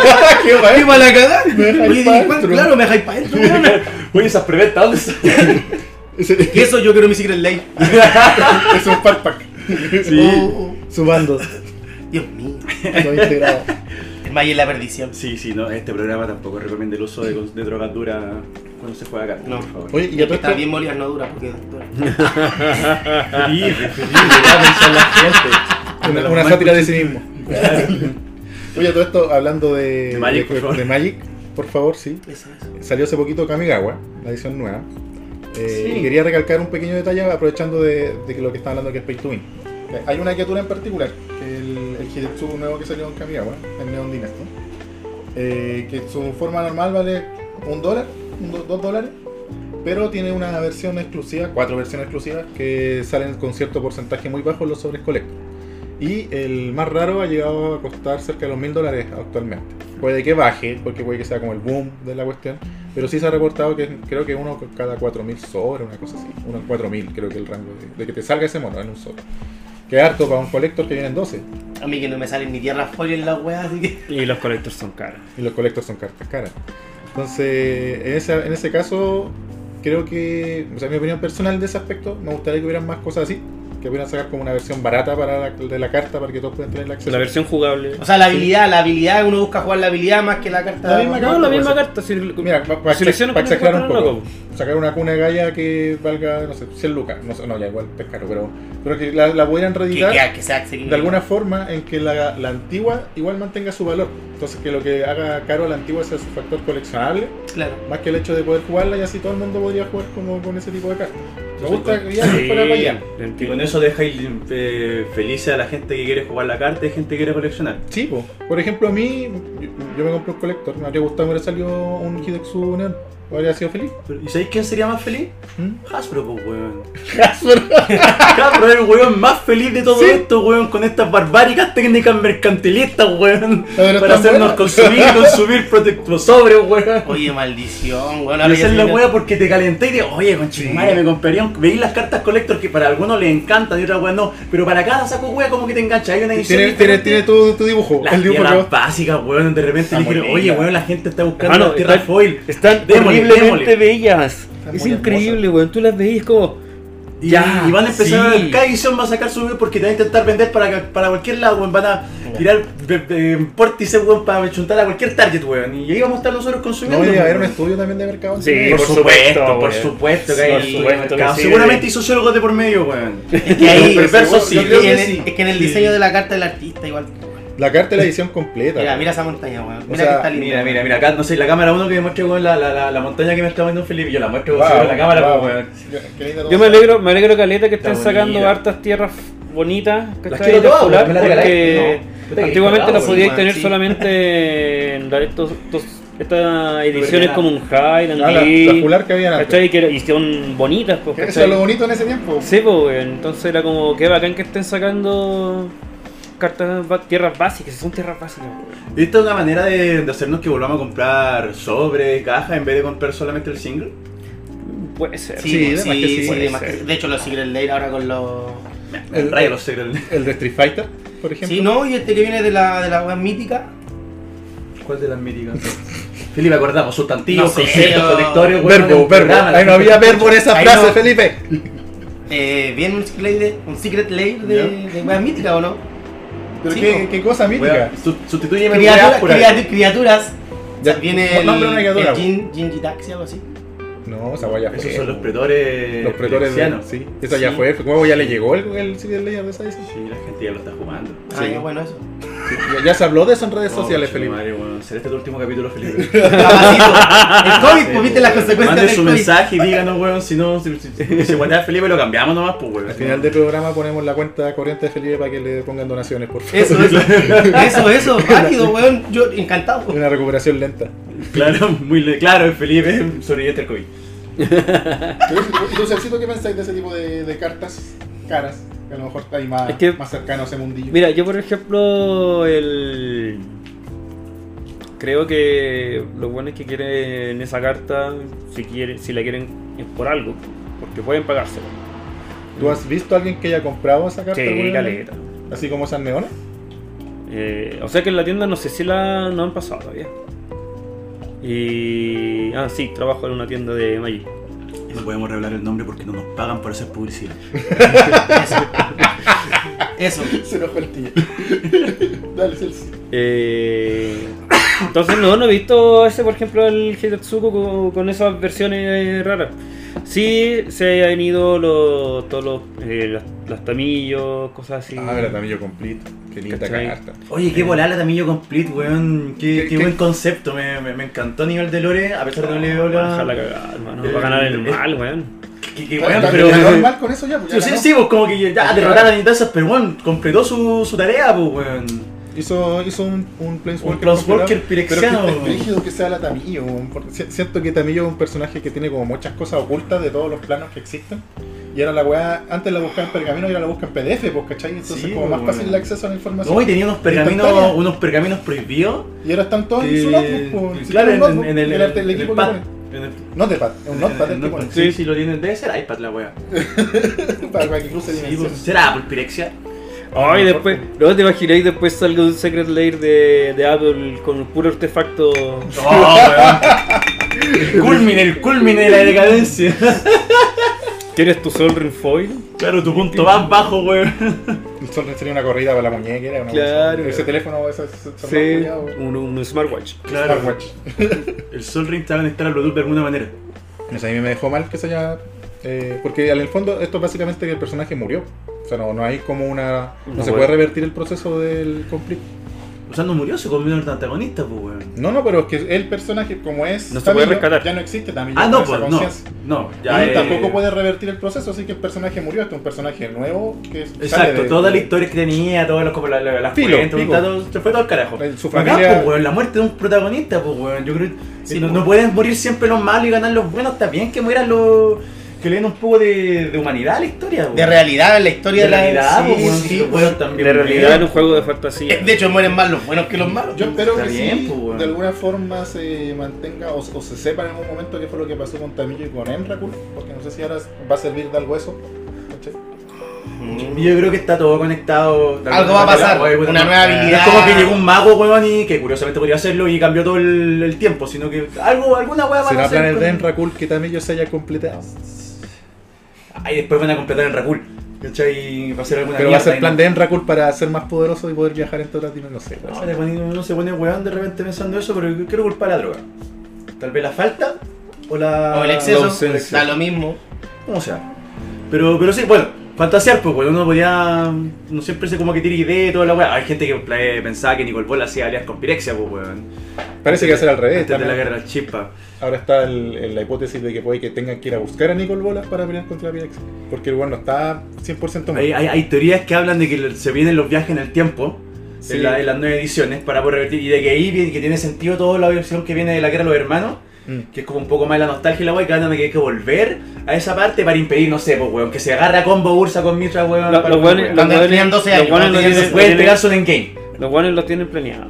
¡Qué Qué guay! mala cagada. Me dejáis Oye, pa' dije, ¿cuál? dentro. claro, me dejáis para dentro, weón. Oye, esas preventas, ¿dónde están? Ese- Y eso yo quiero mi Secret Life. Es un Fat Pack. Oh, Subando. oh. Dios mío. No integrado. El Maya es la perdición. Sí, sí, no, este programa tampoco recomienda el uso de, de drogas duras cuando se juega cartas, No. por favor. Oye, y a Que todo está esto. bien Bolívar no dura porque Feliz, feliz, Ah, ya pensar la gente. Una, una sátira de sí mismo. Oye, a todo esto hablando de. De Magic, por favor. de Magic, por favor, sí. eso es. Salió hace poquito Kamigawa, la edición nueva. Eh, Sí. Y quería recalcar un pequeño detalle aprovechando de, de que lo que está hablando que es Pay to Win. Eh, Hay una criatura en particular, el, el Hidetsu nuevo que salió en Kamigawa, el Neon Dynasty, eh, que su forma normal vale un dólar, un do- dos dólares, pero tiene una versión exclusiva, cuatro versiones exclusivas, que salen con cierto porcentaje muy bajo en los sobres colectos. Y el más raro ha llegado a costar cerca de los mil dólares actualmente. Puede que baje, porque puede que sea como el boom de la cuestión, pero sí se ha reportado que creo que uno cada 4000 sobre, una cosa así. Uno en 4000, creo que el rango de, de que te salga ese mono en un sobre. Que harto para un collector que vienen 12. A mí que no me salen ni tierras folio en las weas, así que. Y los collectors son caros. Y los collectors son cartas caras. Entonces, en, esa- en ese caso, creo que, o sea, mi opinión personal de ese aspecto, me gustaría que hubieran más cosas así. que pudieran sacar como una versión barata para la- de la carta para que todos puedan tener acceso. La versión jugable. O sea, la habilidad, la habilidad, uno busca jugar la habilidad más que Ah, la carta. La misma No, la misma puede carta. pues. Si, Mira, para pa, Selecciona pa- con el exagerar un cuadro, poco, loco. sacar una cuna de galla que valga, no sé, 100 lucas. No, sé, no ya igual es caro, pero, pero que la, la pudieran que, reeditar. que, que sea accesible. de alguna forma en que la, la antigua igual mantenga su valor. Entonces que lo que haga caro a la antigua sea su factor coleccionable, Claro. más que el hecho de poder jugarla y así todo el mundo podría jugar como con ese tipo de cartas. Me Sí, gusta con- que ya se fuera para allá. Y con eso dejáis eh, felices a la gente que quiere jugar la carta y gente que quiere coleccionar. Sí, po. por ejemplo a mí, yo, yo me compré un colector, me habría gustado que hubiera salido un Hidetsu Neon, habría sido feliz. Pero, ¿Y sabéis quién sería más feliz? ¿Mm? Hasbro, pues, weón. Hasbro es el weón más feliz de todo Sí. esto, weón, con estas barbáricas técnicas mercantilistas, weón. Pero no para están buenas. hacernos consumir, consumir protectos sobres, weón. Oye, maldición, weón. Y ahora ya esa es se la viene- wea porque te calenté y te oye, con madre, me compraría un... Veis las cartas collector que para algunos les encantan y otras weas no, pero para cada saco wea como que te engancha. Hay una edición... Tiene, tiene, tiene tu, tu dibujo, Las el dibujo que tierras vos- básicas, weón, de repente Está le dijeron, muy oye, linda. weón, la gente está buscando Hermano, las tierras está- foil. Están Démosle, horriblemente démosle. bellas. Están Es muy increíble, weón. Tú las veis como. Y, Ya, y van a empezar, sí. cada edición va a sacar su porque te va a intentar vender para, para cualquier lado, weón. Van a tirar eh, eh, vórtices, weón, para chuntar a cualquier target, weón. Y ahí vamos a estar nosotros consumiendo. No, y a haber weón. un estudio también de mercado. Sí, Por por supuesto, supuesto, por weón. supuesto que Sí, hay. por supuesto que mercado. sí, Seguramente weón. hay sociólogos de por medio, weón. Es que ahí. Pero perverso sí. yo creo que en el- Sí. Es que en el Sí. diseño de la carta del artista, igual. weón. La carta es la edición completa. Mira, mira esa montaña, weón. Mira sea, que está linda. Mira, weón. mira, mira, acá, no sé, la cámara 1 que me muestra, weón, la, la, la, la montaña que me está viendo Felipe. Yo la muestro, Wow, weón, seguro en la cámara, wow. pues, weón. Qué lindo Yo me alegro, me alegro caleta que Está estén sacando bonita. hartas tierras bonitas. que Las está quiero ahí de todas, popular, weón, me las regaláis. porque No, puta que antiguamente las disparado, podíais weón, tener sí. solamente en dar estos, estos- estas ediciones Original. como un Highland. Ah, la, Lee, la fular que había antes. ¿cachai? Que era- y son bonitas, pues, Eso ¿cachai? es lo bonito en ese tiempo. Sí, pues, weón. Entonces era como que bacán que estén sacando cartas, ba- tierras básicas, son tierras básicas, weón. ¿Y esta es una manera de, de hacernos que volvamos a comprar sobre, caja, en vez de comprar solamente el single? Puede ser. Sí, de Sí, sí, más que sí, sí, puede de más ser. que sí. De hecho, los Secret Lair ahora con los. El rayo los secretos. El de Street Fighter, por ejemplo. Sí, no, y este que viene de la, de la web mítica. ¿Cuál de las míticas? Felipe, acordamos, sustantivos, No sé, conceptos, yo- conectores, weón. Verbo, un verbo. programa, la Ahí no gente- había verbo en esa Ahí frase, no. Felipe. Eh, viene un Secret Lair de, un secret lair de, de web mítica, ¿o no? Pero Sí, qué, po. qué cosa mítica. Weón, su- Sustituyeme el Criatura- weón por algo. criatu- criaturas. O sea, Ya, viene el, nombre una criatura, el po. Jin, Jin Gitaxi, algo así. No, esa guaya fue. Esos son los eh, pretores. pues. Los pretores de, cristianos. Sí, esa ya Sí. fue. ¿Cómo ya le llegó el, el Secret Layer de esa edición? Sí, la gente ya lo está jugando. Ah, ya, bueno, eso. Sí, ya, ya se habló de eso en redes No, sociales, conche Felipe. Oh, Madre, weón. Será este tu último capítulo, Felipe. Papacito, el COVID, pues viste las consecuencias Mande del su COVID. mensaje y díganos, weón, si no, si, si, si, se guardaba Felipe lo cambiamos nomás, pues, weón. Al final del programa ponemos la cuenta corriente de Felipe para que le pongan donaciones, por favor. Eso, eso, eso, eso, válido, weón. Yo encantado. Una recuperación lenta. Claro, muy le- claro, Felipe sobreviviente al COVID. ¿Y tú, Celcito, qué pensáis de ese tipo de, cartas caras? Que a lo mejor estáis más, Es que- más cercano a ese mundillo. Mira, yo por ejemplo, el. Creo que lo bueno es que quieren esa carta, si, quieren, si la quieren, es por algo, porque pueden pagársela. ¿Tú has visto a alguien que haya comprado esa carta? alguna Sí, vez? caleta. Así como esas neonas. Eh, o sea que en la tienda no sé si la no han pasado todavía. Y. Ah, sí, trabajo en una tienda de Magic. No podemos revelar el nombre porque no nos pagan por hacer publicidad. Eso. Se nos fue el tío. Dale, Celso. Eh, entonces no, no he visto ese, por ejemplo, el Hitatsuko con, con esas versiones eh, raras. Sí, se han ido los, todos los, eh, las, las tamillos, cosas así. Ah, verdad, también yo complito. Qué linda ¿Cachai? carta. Oye, qué volada también yo complete, weón. Qué, ¿Qué- qué qué? buen concepto, me, me, me encantó a nivel de lore, a pesar de no le No, va a dejar la la... cagada, hermano. Eh, Va a ganar el eh, mal, weón. Qué, qué Bueno, weón, pero ganó pero... mal con eso ya. Pues ya Sí, ganó. sí, pues como que ya derrotaron a Nintendo, pero weón, completó su, su tarea, pues, weón. Hizo, hizo un, un Planeswalker. Un Planeswalker complicado, pirexiano. Pero que es rígido que sea la Tamillo. weón, porque si- Siento que Tamillo es un personaje que tiene como muchas cosas ocultas de todos los planos que existen. Y ahora la weá, antes la buscaba en pergamino y ahora la busca en PDF, pues, ¿cachai? Entonces Sí, como más weón. fácil el acceso a la información. No, y tenía unos pergaminos, Instantánea. unos pergaminos prohibidos. Y ahora están todos en su que- notebook. pues, si Claro, tiene en, un en- en el, notebook, el, el en el equipo que pad. pone. En el- Notepad, un notepad el en que el pone. notepad. Sí, sí, lo tienen. Debe ser iPad la wea. Para para que cruce Sí, pues, dimensiones. será por pirexia. Ay, después, no te imagináis después salga un Secret Lair de, de Apple con un puro artefacto. Oh, el culmine, el culmine de la decadencia. ¿Quieres tu Sol Ring Foil? Claro, tu punto más bajo, weón. El sol sería una corrida para la muñequera. Una Claro. Ese teléfono, ese, ese celular Sí, culiao, weón. un, un smartwatch. Claro, Smartwatch. el Sol Ring te va a conectar al Bluetooth de alguna manera. Eso a mí me dejó mal que se haya. eh, porque en el fondo, esto es básicamente que el personaje murió. O sea, no, no hay como una. No, No se puede puede. revertir el proceso del conflicto. O sea, no murió, se convirtió en el antagonista, pues, weón. No, no, pero es que el personaje, como es. No se puede Tamillo, rescatar. Ya no existe también. Ah, no, pues, no. No, ya. y eh, tampoco puede revertir el proceso, así que el personaje murió. Este es un personaje nuevo que es- sale Exacto, de- toda la historia que tenía, todas las, como la- la- las Filo, cuentas, pico. está todo- se fue todo al carajo. El- su Acá, familia- pues, weón, la muerte de un protagonista, pues, weón. Yo creo Sí, no, pues. no pueden morir siempre los malos y ganar los buenos. Está bien que mueran los. que le den un poco de, de humanidad a la historia, weón. De realidad en la historia de, de la realidad, sí, pues, weón, sí, si los weón. buenos también. De realidad en mueren. un juego de fantasía. De hecho, mueren más los buenos que los malos. Yo espero Está que bien, sí, pues, weón. de alguna forma se mantenga o, o se sepa en algún momento qué fue lo que pasó con Tamillo y con Emrakul, porque no sé si ahora va a servir de algo eso. ¿cachai? Mm. Yo creo que está todo conectado. de alguna Algo va a manera, pasar, weón, weón. una nueva habilidad. No es como que llegó un mago, weón, y que curiosamente podría hacerlo y cambió todo el, el tiempo, sino que algo, alguna weá va a ¿Será hacer plan con- de Emrakul que Tamillo se haya completado? Ahí después van a completar el Rakul. ¿Cachai? Va a ser alguna Pero va a mierda ser y plan no- de Emrakul para ser más poderoso y poder viajar entre otras dimensiones, no sé. No, puede te ser. poní- uno se pone weón de repente pensando eso, pero yo quiero culpar a la droga. Tal vez la falta o la. O el la exceso, ausencia. da lo mismo. Como sea. Pero, pero sí, bueno, fantasear, pues, weón. Uno podía. No siempre se como que tira ideas y toda la weá. Hay gente que pla- pensaba que Nicol Bola hacía alias con Pirexia, pues, weón. Parece que va a ser al revés. Antes de la también. guerra de las chispas. Ahora está el- el- la hipótesis de que puede que tengan que ir a buscar a Nicol Bolas para pelear contra Pirex. Porque el weón no está 100% Hay, muerto. hay, hay teorías que hablan de que se vienen los viajes en el tiempo. Sí. En, la- en las nueve ediciones para poder revertir y de que ahí viene- que tiene sentido toda la versión que viene de la guerra de los hermanos Mm. que es como un poco más la nostalgia y la wea, que andan de que hay que volver a esa parte para impedir, no sé, pues weón, que se agarra combo Ursa con Mitra, weón. Lo- para- Los weón. guanes los Cuando tenían guanes- 12 los años, guanes lo cuando Entonces, tienen- tenían lo pueden tienen- pegarse un endgame. los guanes lo tienen planeado.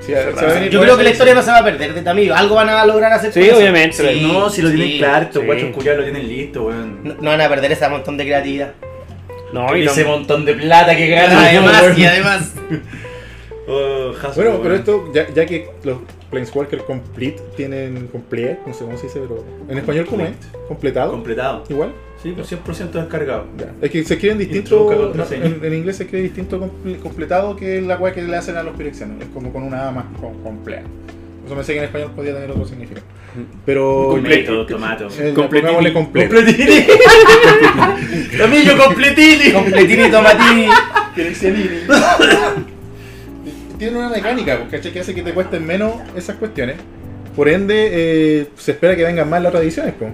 Sí, se va a venir Yo todo creo que eso. la historia no se va a perder de Tamillo. Algo van a lograr hacer. Sí, con eso. obviamente. no, si lo sí. tienen claro, estos sí. guachos culiados lo tienen listo, weón. No, no van a perder ese montón de creatividad. No, Y y ese tam- montón de plata que ganan. Además, weón. y además. Oh, Bueno, Hasbro, pero weón. esto, ya, ya que los Planeswalker Complete tienen complete, no sé cómo se dice, pero en español cómo es, completado, completado. igual. Sí, pues, por 100% descargado. Ya. Es que se escriben Intro, busca distinto, no, contraseña. en, en inglés se escribe distinto comple- completado que la weá que le hacen a los pirexianos, es como con una A más con, completa. Eso pensé que en español podía tener otro significado. Pero... Completo, tomato. Eh, Completini. pongámosle completo. Completini. Camillo, completini. Completini Tomatini. tiene una mecánica, pues, ¿cachai? Que hace que te cuesten menos esas cuestiones. Por ende, eh, se espera que vengan más las otras ediciones, pues.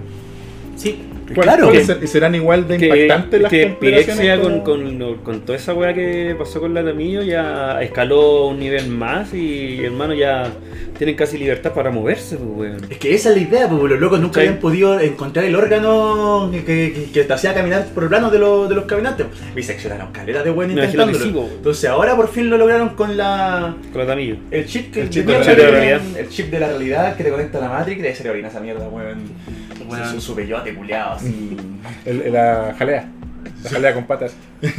Sí. ¿Cuál- Claro. cuáles ser- serán igual de impactantes las que compilaciones Pirexia con, como- con, con toda esa weá que pasó con la Tamillo ya escaló un nivel más y hermano ya tienen casi libertad para moverse, pues weón. Es que esa es la idea, porque los locos nunca Sí. habían podido encontrar el órgano que, que, que te hacía caminar por el plano de, los- de los caminantes. Biseccionaron caleras de buen Me imagino que intentándolo. sí, po. Entonces ahora por fin lo lograron con la... Con la Tamillo. El chip, que El chip mierda de la que- realidad. El chip de la realidad que te conecta a la Matrix, debe ser orina esa mierda, weón. Bueno, su, su bellote culeado, así. El- el- la jalea. La jalea con patas. Es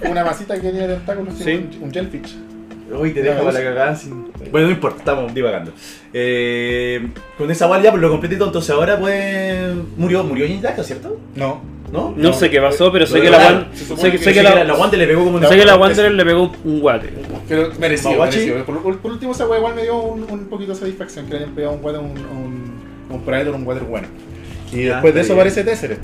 como una masita que tiene tentáculos, Sí. tiene un, un jellyfish. Uy, te Ya, deja para la sí. cagada sin... Bueno, no importa, estamos divagando. Eh, con esa guardia, por lo completito, entonces ahora pues... Murió, murió Jin Daca, ¿cierto? No. ¿No? No sé qué pasó, pero sé Lo que la lograron. Wan- Se supone sé que- que sé que la, la la- guante le pegó como una... sé que la Wanderer le pegó un guate. Pero merecido, Maguachi. merecido. Por, por- por último, esa wea igual me dio un, un poquito de satisfacción que le hayan pegado un water, un, un, un Predator, un water bueno. Y Ya, después de está eso bien. aparece Tesseret.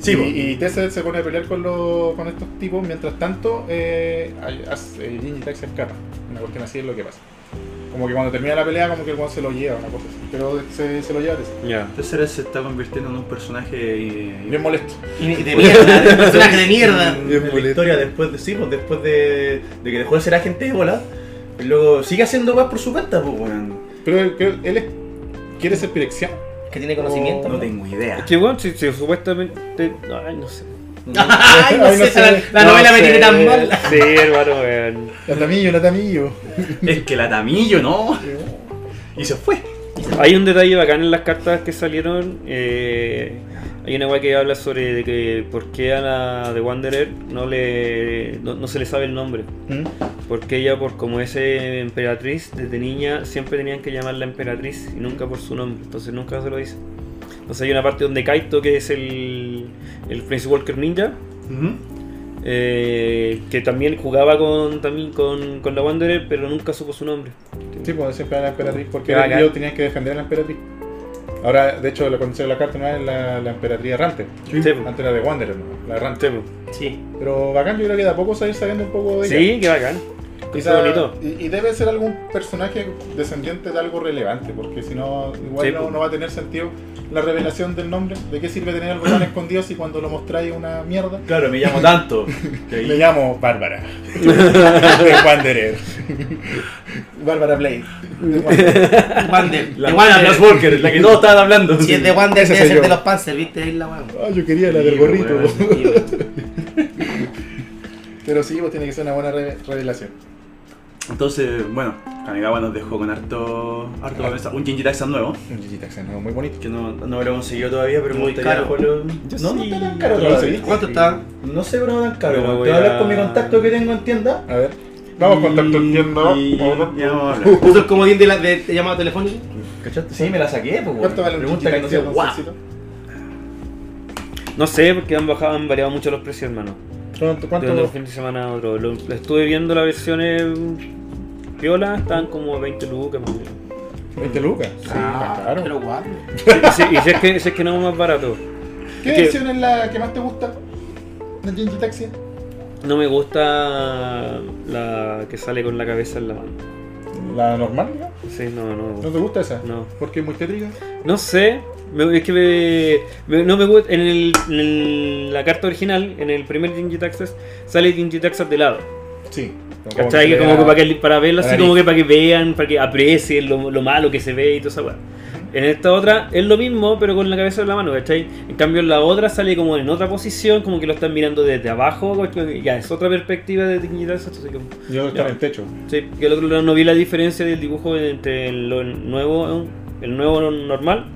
Sí, pues. po. y, y Tesseret se pone a pelear con, los, con estos tipos. Mientras tanto, eh, hay- hace- eh, Jin y Tax se escapa. Una cuestión así es lo que pasa. Como que cuando termina la pelea, como que el one se lo lleva, una cosa así. Pero se, se lo lleva Tesseret. Ya. Tercera se está convirtiendo en un personaje eh, Bien molesto. Y de mierda. de personaje de mierda. en la historia después de sí, pues, después de, de que dejó de ser agente de bola, luego sigue haciendo weas por su cuenta, pues weón. Pero él, creo- él es- quiere ser pirexiano. Que tiene conocimiento. No tengo idea. Que weón, si, si supuestamente. Ay, no sé. Ay, no Ay, no sé, sé. la, la No novela me sé. tiene tan mal. Sí, hermano, weón. Latamillo, latamillo. es que la tamillo, ¿no? Y se fue. Hay un detalle bacán en las cartas que salieron. eh, hay una weá que habla sobre de que por qué a la de Wanderer no le no, no se le sabe el nombre. ¿Mm? Porque ella, por como es eh, emperatriz, desde niña siempre tenían que llamarla emperatriz y nunca por su nombre. Entonces nunca se lo dice. Entonces hay una parte donde Kaito, que es el, el Prince Walker Ninja, eh, que también jugaba con, también con, con la Wanderer, pero nunca supo su nombre. Sí, pues siempre era la emperatriz, porque Qué ellos bacán. ellos tenían que defender a la emperatriz. Ahora, de hecho, la condición de la carta no es la, la emperatriz errante. Sí, po. Antes era de Wanderer, ¿no? la errante. Sí, po. Sí. Pero bacán, yo creo que de a poco se va a ir sabiendo un poco de ella. Sí, qué bacán. Quizá- Qué bonito. Y, y debe ser algún personaje descendiente de algo relevante, porque si no, igual Sí, no, pues. no va a tener sentido la revelación del nombre. ¿De qué sirve tener algo tan escondido si cuando lo mostráis es una mierda? Claro, me llamo tanto. que ahí- Me llamo Bárbara. de Wanderer. Bárbara Blade. de Wanderer. Wander. La de buena Wander. Blas Walker, la que todos estaban hablando. Si es de Wander, Ese debe soy ser yo. de los Panzer, ¿viste? Ahí la weón. Ah, yo quería la del Sí, gorrito. weón. po. Pero sí, pues tiene que ser una buena re- revelación. Entonces, bueno, Kamigawa nos dejó con harto, harto para pensar. Un Jinji Taxan nuevo, Un GG Taxan, ¿no? muy bonito. que no, no lo he conseguido todavía, pero me Muy gustaría caro. jugarlo. no, Yo sí. no está tan caro ¿Lo todavía. conseguiste? ¿Cuánto está? No sé, pero no tan caro. Pero Te voy a voy hablar a- con mi contacto que tengo en tienda. A ver. Vamos, contacto en tienda. Y- Vamos, vamos. ya vamos a hablar. ¿Eso es como de, la, de, de llamada telefónica? ¿Cachaste? Sí, me la saqué, pues. ¿Cuánto vale un Pregunta que no GG sea Taxan? guau. Gonzalcito? No sé, porque han bajado, han variado mucho los precios, hermano. ¿Cuánto? De un cuánto fin de semana a otro. Lo- lo estuve viendo las versiones piola, estaban como 20 lucas más o menos. 20 lucas. Sí, Ah, está caro. Pero guau. Y si, y si es que, si es que no es más barato. ¿Qué Es que- versión es la que más te gusta? ¿La Genji Taxi? No me gusta la que sale con la cabeza en la mano. ¿La normal, digamos? Sí, no, no me ¿No gusta. te gusta esa? No. Porque es muy tétrica. No sé, me- es que me- me- no me gusta. En, el- en el- la carta original, en el primer Jinji Taxes, sale Jinji Taxes de lado. Sí. ¿Cachai? Que como que para, que, para verlo la así, nariz. como que para que vean, para que aprecien lo, lo malo que se ve y toda esa weá. En esta otra es lo mismo, pero con la cabeza en la mano, ¿cachai? En cambio, en la otra sale como en otra posición, como que lo están mirando desde abajo, ¿cachai? ya es otra perspectiva de dignidad. eso, así como- Yo estaba Ya. en el techo. Sí, que el otro lado no vi la diferencia del dibujo entre el, lo nuevo, el nuevo normal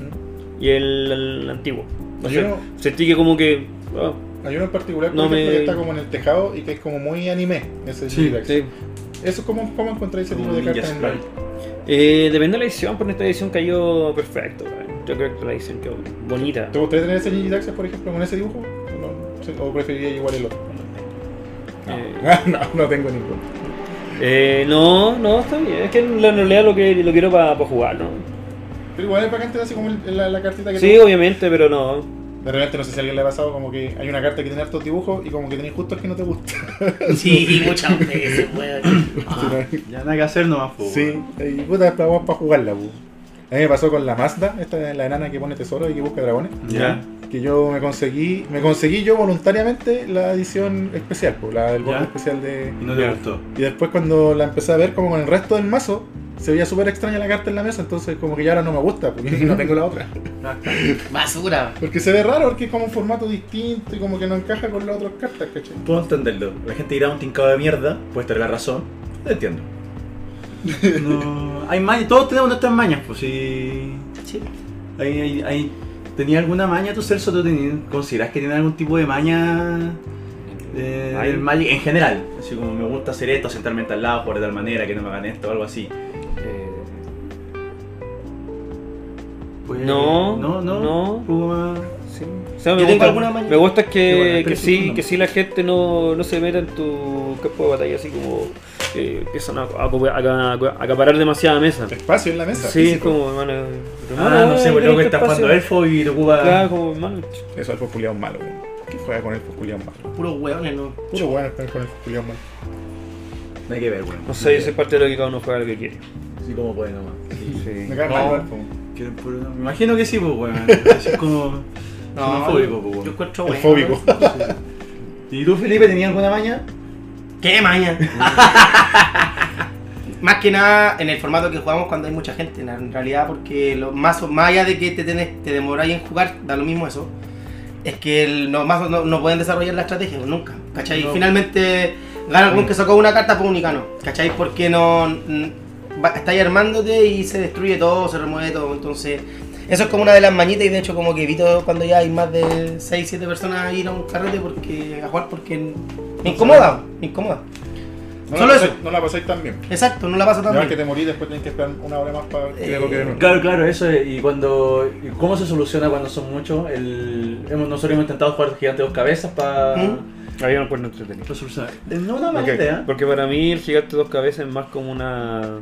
y el, el antiguo. No Yo sé, no- sentí que como que. ah, Hay uno en particular por No ejemplo, me- que está como en el tejado y que es como muy anime. Ese Genji Taxi. sí. Eso es como, como encontrar ese tipo Un de Ninja cartas en Scroll. Magic. Eh, depende de la edición, pero en esta edición cayó perfecto. eh. Yo creo que la edición quedó bonita. ¿Te gustaría tener ese Genji Taxi, por ejemplo, con ese dibujo? ¿O, no? ¿O preferirías igual el otro? Eh, No, no, no tengo ninguno. eh, no, no, está bien. Es que en la realidad lo, que, lo quiero para jugar, ¿no? Pero igual es bacán tener así como el- la, la cartita que Sí, te- obviamente, pero no. De repente no sé si a alguien le ha pasado como que hay una carta que tiene hartos dibujos y como que tenés justo el que no te gusta. Sí, muchas veces, weón. Ah. Ya nada que hacer nomás, pues. Sí, y puta, vamos para jugarla, pu. A mí me pasó con la Mazda, esta es la enana que pone tesoro y que busca dragones. Ya. Que yo me conseguí, me conseguí yo voluntariamente la edición especial, pu, la del borde Ya. especial de. Y no te Ya. gustó. Y después cuando la empecé a ver como con el resto del mazo, se veía súper extraña la carta en la mesa, entonces como que ya ahora no me gusta, porque no tengo la otra. Basura. Porque se ve raro, porque es como un formato distinto y como que no encaja con las otras cartas, ¿cachai? Puedo entenderlo. La gente dirá un tincado de mierda, puede estar la razón. Lo entiendo. No, hay mañas, todos tenemos nuestras mañas, pues si. Sí. Hay, hay, hay- ¿Tenía alguna maña tu Celso? ¿Tú tenías, consideras que tiene algún tipo de maña eh, Ay. del Magic en general? Así como me gusta hacer esto, sentarme al lado, jugar de tal manera, que no me hagan esto o algo así. Eh, Pues, No, no, no. no. Hubo más- sí. O sea, me Yo tengo gusta, alguna manía. me gusta Qué bueno, que, espera que, un sí, segundo. que sí la gente no, no se meta en tu campo de batalla así como eh, empiezan a, a- a- a- a acaparar demasiada mesa. Espacio en la mesa. Sí, es físico. como, hermano. Ah, no sé, pues luego que está jugando Elfo y te ocupa. Claro, como, hermano. ch- Eso es culiado malo, weón. Que juega con el culiado malo. Puros weones, ¿no? Puro bueno juega con el culiado malo. No hay que ver, bueno. No sé, yo soy parte de lo que cada uno juega lo que quiere. Así como puede nomás. Sí. Me Sí. cae mal, No. igual, po. Quieren puro- Me imagino que sí, pues, weón. Así es como. xenofóbico, pues, yo, yo weón. encuentro El weón. fóbico. ¿Y tú, Felipe, tenías alguna maña? ¿Qué maña? Más que nada en el formato que jugamos cuando hay mucha gente, en- en realidad, porque lo más, más allá de que te, tenés, te demoráis en jugar, da lo mismo eso. Es que el- los mazos no, no pueden desarrollar la estrategia, pues, nunca. ¿Cachai? No. Finalmente gana algún que sacó una carta, pues un no. ¿Cachai? Porque no. n- va- Estáis armándote y se destruye todo, se remueve todo. Entonces, eso es como una de las mañitas y de hecho, como que evito cuando ya hay más de 6, 7 personas a ir a un carrete porque, a jugar porque me incomoda, me incomoda. No Solo la eso. pasáis- No la pasáis tan bien. Exacto, no la paso tan Además que bien. te morís, después tenés que esperar una hora más para que Eh, lo que Claro, claro, eso es, y cuando y cómo se soluciona cuando son muchos, el hemos- nosotros hemos intentado jugar gigante dos cabezas para ¿Mm? Ahí yo no puedo entretenido. solucionar. No una ¿eh? mala Ok. ¿eh? idea. Porque para mí el gigante dos cabezas es más como una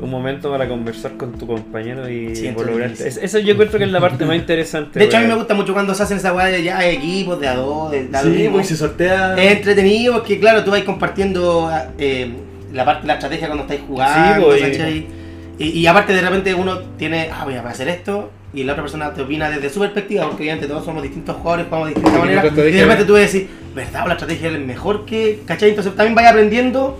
un momento para conversar con tu compañero y Sí, involucrarte. entonces- Es- eso yo creo que es la parte más interesante. De hecho, a mí weón. me gusta mucho cuando se hacen esa weá de ya de equipos, de a dos, de de a Sí, dos, pues se sortea. Es entretenido porque, claro, tú vas compartiendo eh, la parte de la estrategia cuando estáis jugando, Sí, pues, y- ¿cachai? Y, y aparte, de repente uno tiene, ah, voy a hacer esto, y la otra persona te opina desde su perspectiva, porque obviamente todos somos distintos jugadores, jugamos de distintas Porque maneras, la estrategia- y de repente tú vas a decir, ¿verdad? La estrategia es mejor que, ¿cachai? Entonces también vas aprendiendo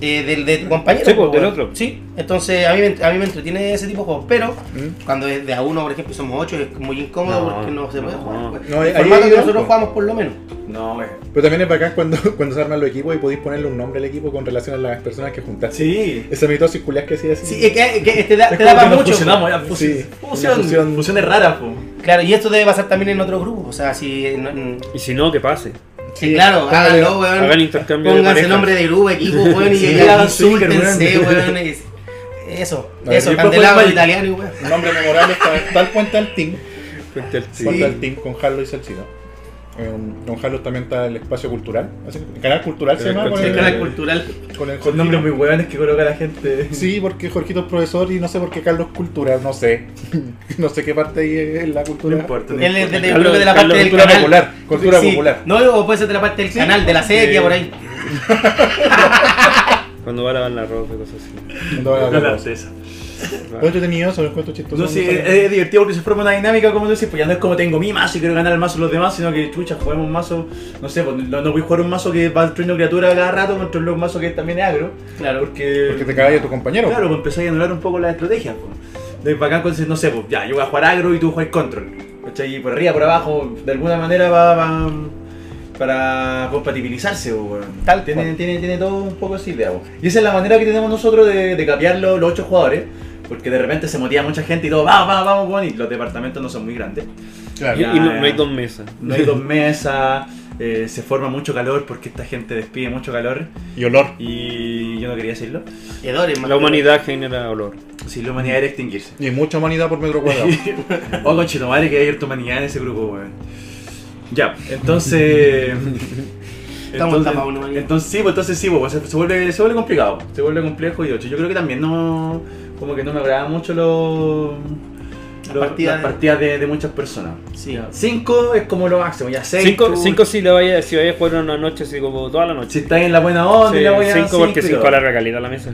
eh, del de tu compañero. Sí, pues, del weón. otro. Sí, entonces a mí, me- a mí me entretiene ese tipo de juegos, pero ¿Mm? cuando es de a uno, por ejemplo, somos ocho, es muy incómodo No, porque no se puede no. jugar. weón. No, El ahí- formato ahí que hay nosotros algo. jugamos, por lo menos. No, güey. Pero también es bacán cuando, cuando se arman los equipos y podéis ponerle un nombre al equipo con relación a las personas que juntaste. Sí. Esa mitosis culiás que hacía así. Sí, es que, es que te da, Es te como da que para nos mucho. fusionamos, ya, fusi- Sí, fusión, una fusión. fusiones raras, po. Claro, y esto debe pasar también en otros grupos. O sea, si. en- en- Y si no, que pase. sí, claro, claro. háganlo, weón. Hagan intercambio de Pónganse parejas. el nombre de grupo, equipo, weón. Y Sí, y hagan insúltense, súper, weón. weón. es- Eso, No, y eso, después candelabro pueden- italiano, weón. Un nombre memorable está, está el puente al team. Frente al Puente al team con Harlow y Salcido. En- con Harlow también está el espacio cultural. así que- El canal cultural se Canal llama. cultural. El Eh, canal cultural. con el Con nombres muy hueones que coloca la gente. Sí, porque Jorgito es profesor y no sé por qué Carlos es cultural, no sé. no sé qué parte ahí es la cultura. No importa, no Él es de, de- Carlos- creo que de la parte Carlos del Cultura canal. popular. Cultura Sí, popular. No, o puede ser de la parte del canal, de la sequía, por ahí. Cuando va a lavar la ropa y cosas así. No voy a No, hablar de la eso. esa. Pero yo tenía eso, lo encuentro chistoso. No, sí, eh, me es, gusta. es divertido porque se forma una dinámica, como tú dices, pues ya no es como tengo mi mazo y quiero ganar el mazo de los demás, sino que chucha, juguemos un mazo, no sé, pues, no, no voy a jugar un mazo que va destruyendo criaturas cada rato contra un mazo que también es agro, Claro. porque... Porque te cagas de tu compañero. Claro, pues empezáis a anular un poco las estrategias, pues. De bacán cuando dices, no sé, pues ya, yo voy a jugar agro y tú juegas control, ¿cachai? Y por arriba, por abajo, de alguna manera va... va- para compatibilizarse, pues, weón. Tal tiene, cual. tiene, tiene todo un poco así, digamos. Y esa es la manera que tenemos nosotros de, de capear los, los ocho jugadores, porque de repente se motiva mucha gente y todo, vamos, vamos, vamos, weón", y los departamentos no son muy grandes. pues. Y, y no, no hay dos mesas. No hay dos mesas, eh, se forma mucho calor porque esta gente despide mucho calor Y olor. y yo no quería decirlo. Y adores, más La que- humanidad genera olor. Si la humanidad era extinguirse. Y hay mucha humanidad por metro cuadrado. Oh, conchetumare, que hay harta humanidad en ese grupo, weón. Ya, entonces. tapados, ¿no, María? entonces sí, pues entonces sí, pues, se, se vuelve, se vuelve complicado, se vuelve complejo y ocho. Yo creo que también no, como que no me agrada mucho los, Las los- partidas las de- partidas de, de muchas personas. Sí. Ya, Cinco es como lo máximo, ya seis. Cinco, tú- cinco si la vaya, si vaya a jugar una noche, así como toda la noche. si estás en la buena onda, Sí, y la buena cinco porque y todo. cinco a la regalita la mesa.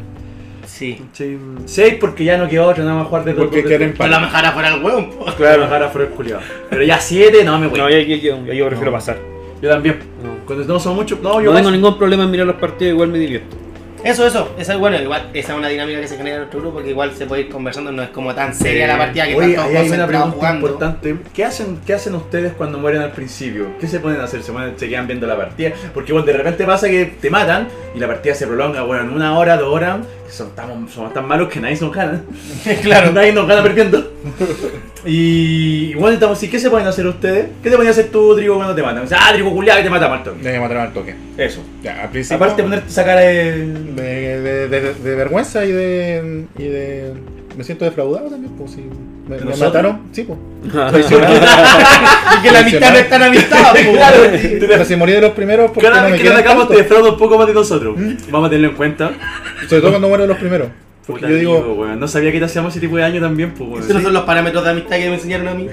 Sí. Sí, Seis porque ya no queda otra, nada más jugar de Porque de- quieren Pero la pan. mejara fuera el hueón, po. Claro, ahora fue el culiado. Pero ya siete, no me voy. No, yo, yo, yo- yo prefiero pasar. Yo también. No. Cuando no son muchos. No, yo No tengo paso. ningún problema en mirar los partidos, igual me divierto. Eso, eso, esa es bueno, igual esa es una dinámica que se genera en nuestro grupo que igual se puede ir conversando, no es como tan seria la partida que Oye, están ahí hay todos una concentrados pregunta jugando. importante. ¿Qué hacen, ¿Qué hacen ustedes cuando mueren al principio? ¿Qué se ponen a hacer? ¿Se, ponen- se quedan viendo la partida? Porque bueno, de repente pasa que te matan y la partida se prolonga, bueno, en una hora, dos horas. que Son tan, son tan malos que nadie nos gana. claro. Nadie nos gana perdiendo. y, y bueno, estamos así. ¿Qué se ponen a hacer ustedes? ¿Qué te ponen a hacer tú, Trigo, cuando te matan? O sea, ah, Trigo culiado que te mata, Martón. De matar al toque. Eso. Ya, al principio. Aparte de ponerte sacar el... de, de, de- de vergüenza y de, y de. Me siento defraudado también, pues si me, me ¿Nosotros? mataron. Sí, pues. Y que la amistad no es tan amistad, po. Claro, Pero si morí de los primeros, porque no Cada vez me que te quedan atacamos te tanto. defrauda un poco más de nosotros. Vamos a tenerlo en cuenta. Sobre todo cuando muero de los primeros. Porque Puta, yo digo, amigo, weón, no sabía que te hacíamos ese tipo de daño también, pues, weón. Esos no son los parámetros de amistad que me enseñaron a mí.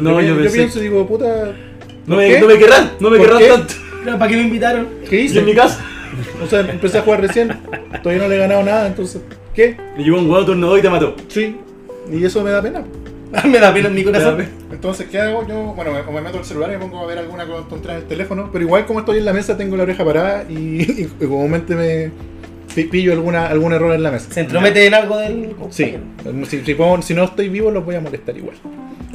No, yo, yo, pensé. pienso, digo, puta. ¿por no, me, qué? no me querrán, no me ¿Por querrán qué? tanto. Pero ¿para qué me invitaron? ¿Qué Y en mi hice? casa. O sea, empecé a jugar recién. Todavía no le he ganado nada, entonces. ¿Qué? Y llegó un huevo turno 2 y te mató. Sí. Y eso me da pena. me da pena en mi corazón. Entonces, ¿qué hago? Yo, bueno, me, o me meto al celular y me pongo a ver alguna con- tontera en el teléfono, pero igual como estoy en la mesa tengo la oreja parada y, y comúnmente me pi- pillo alguna, algún error en la mesa. Se entromete en algo del. Sí, si, si pongo- si no estoy vivo los voy a molestar igual.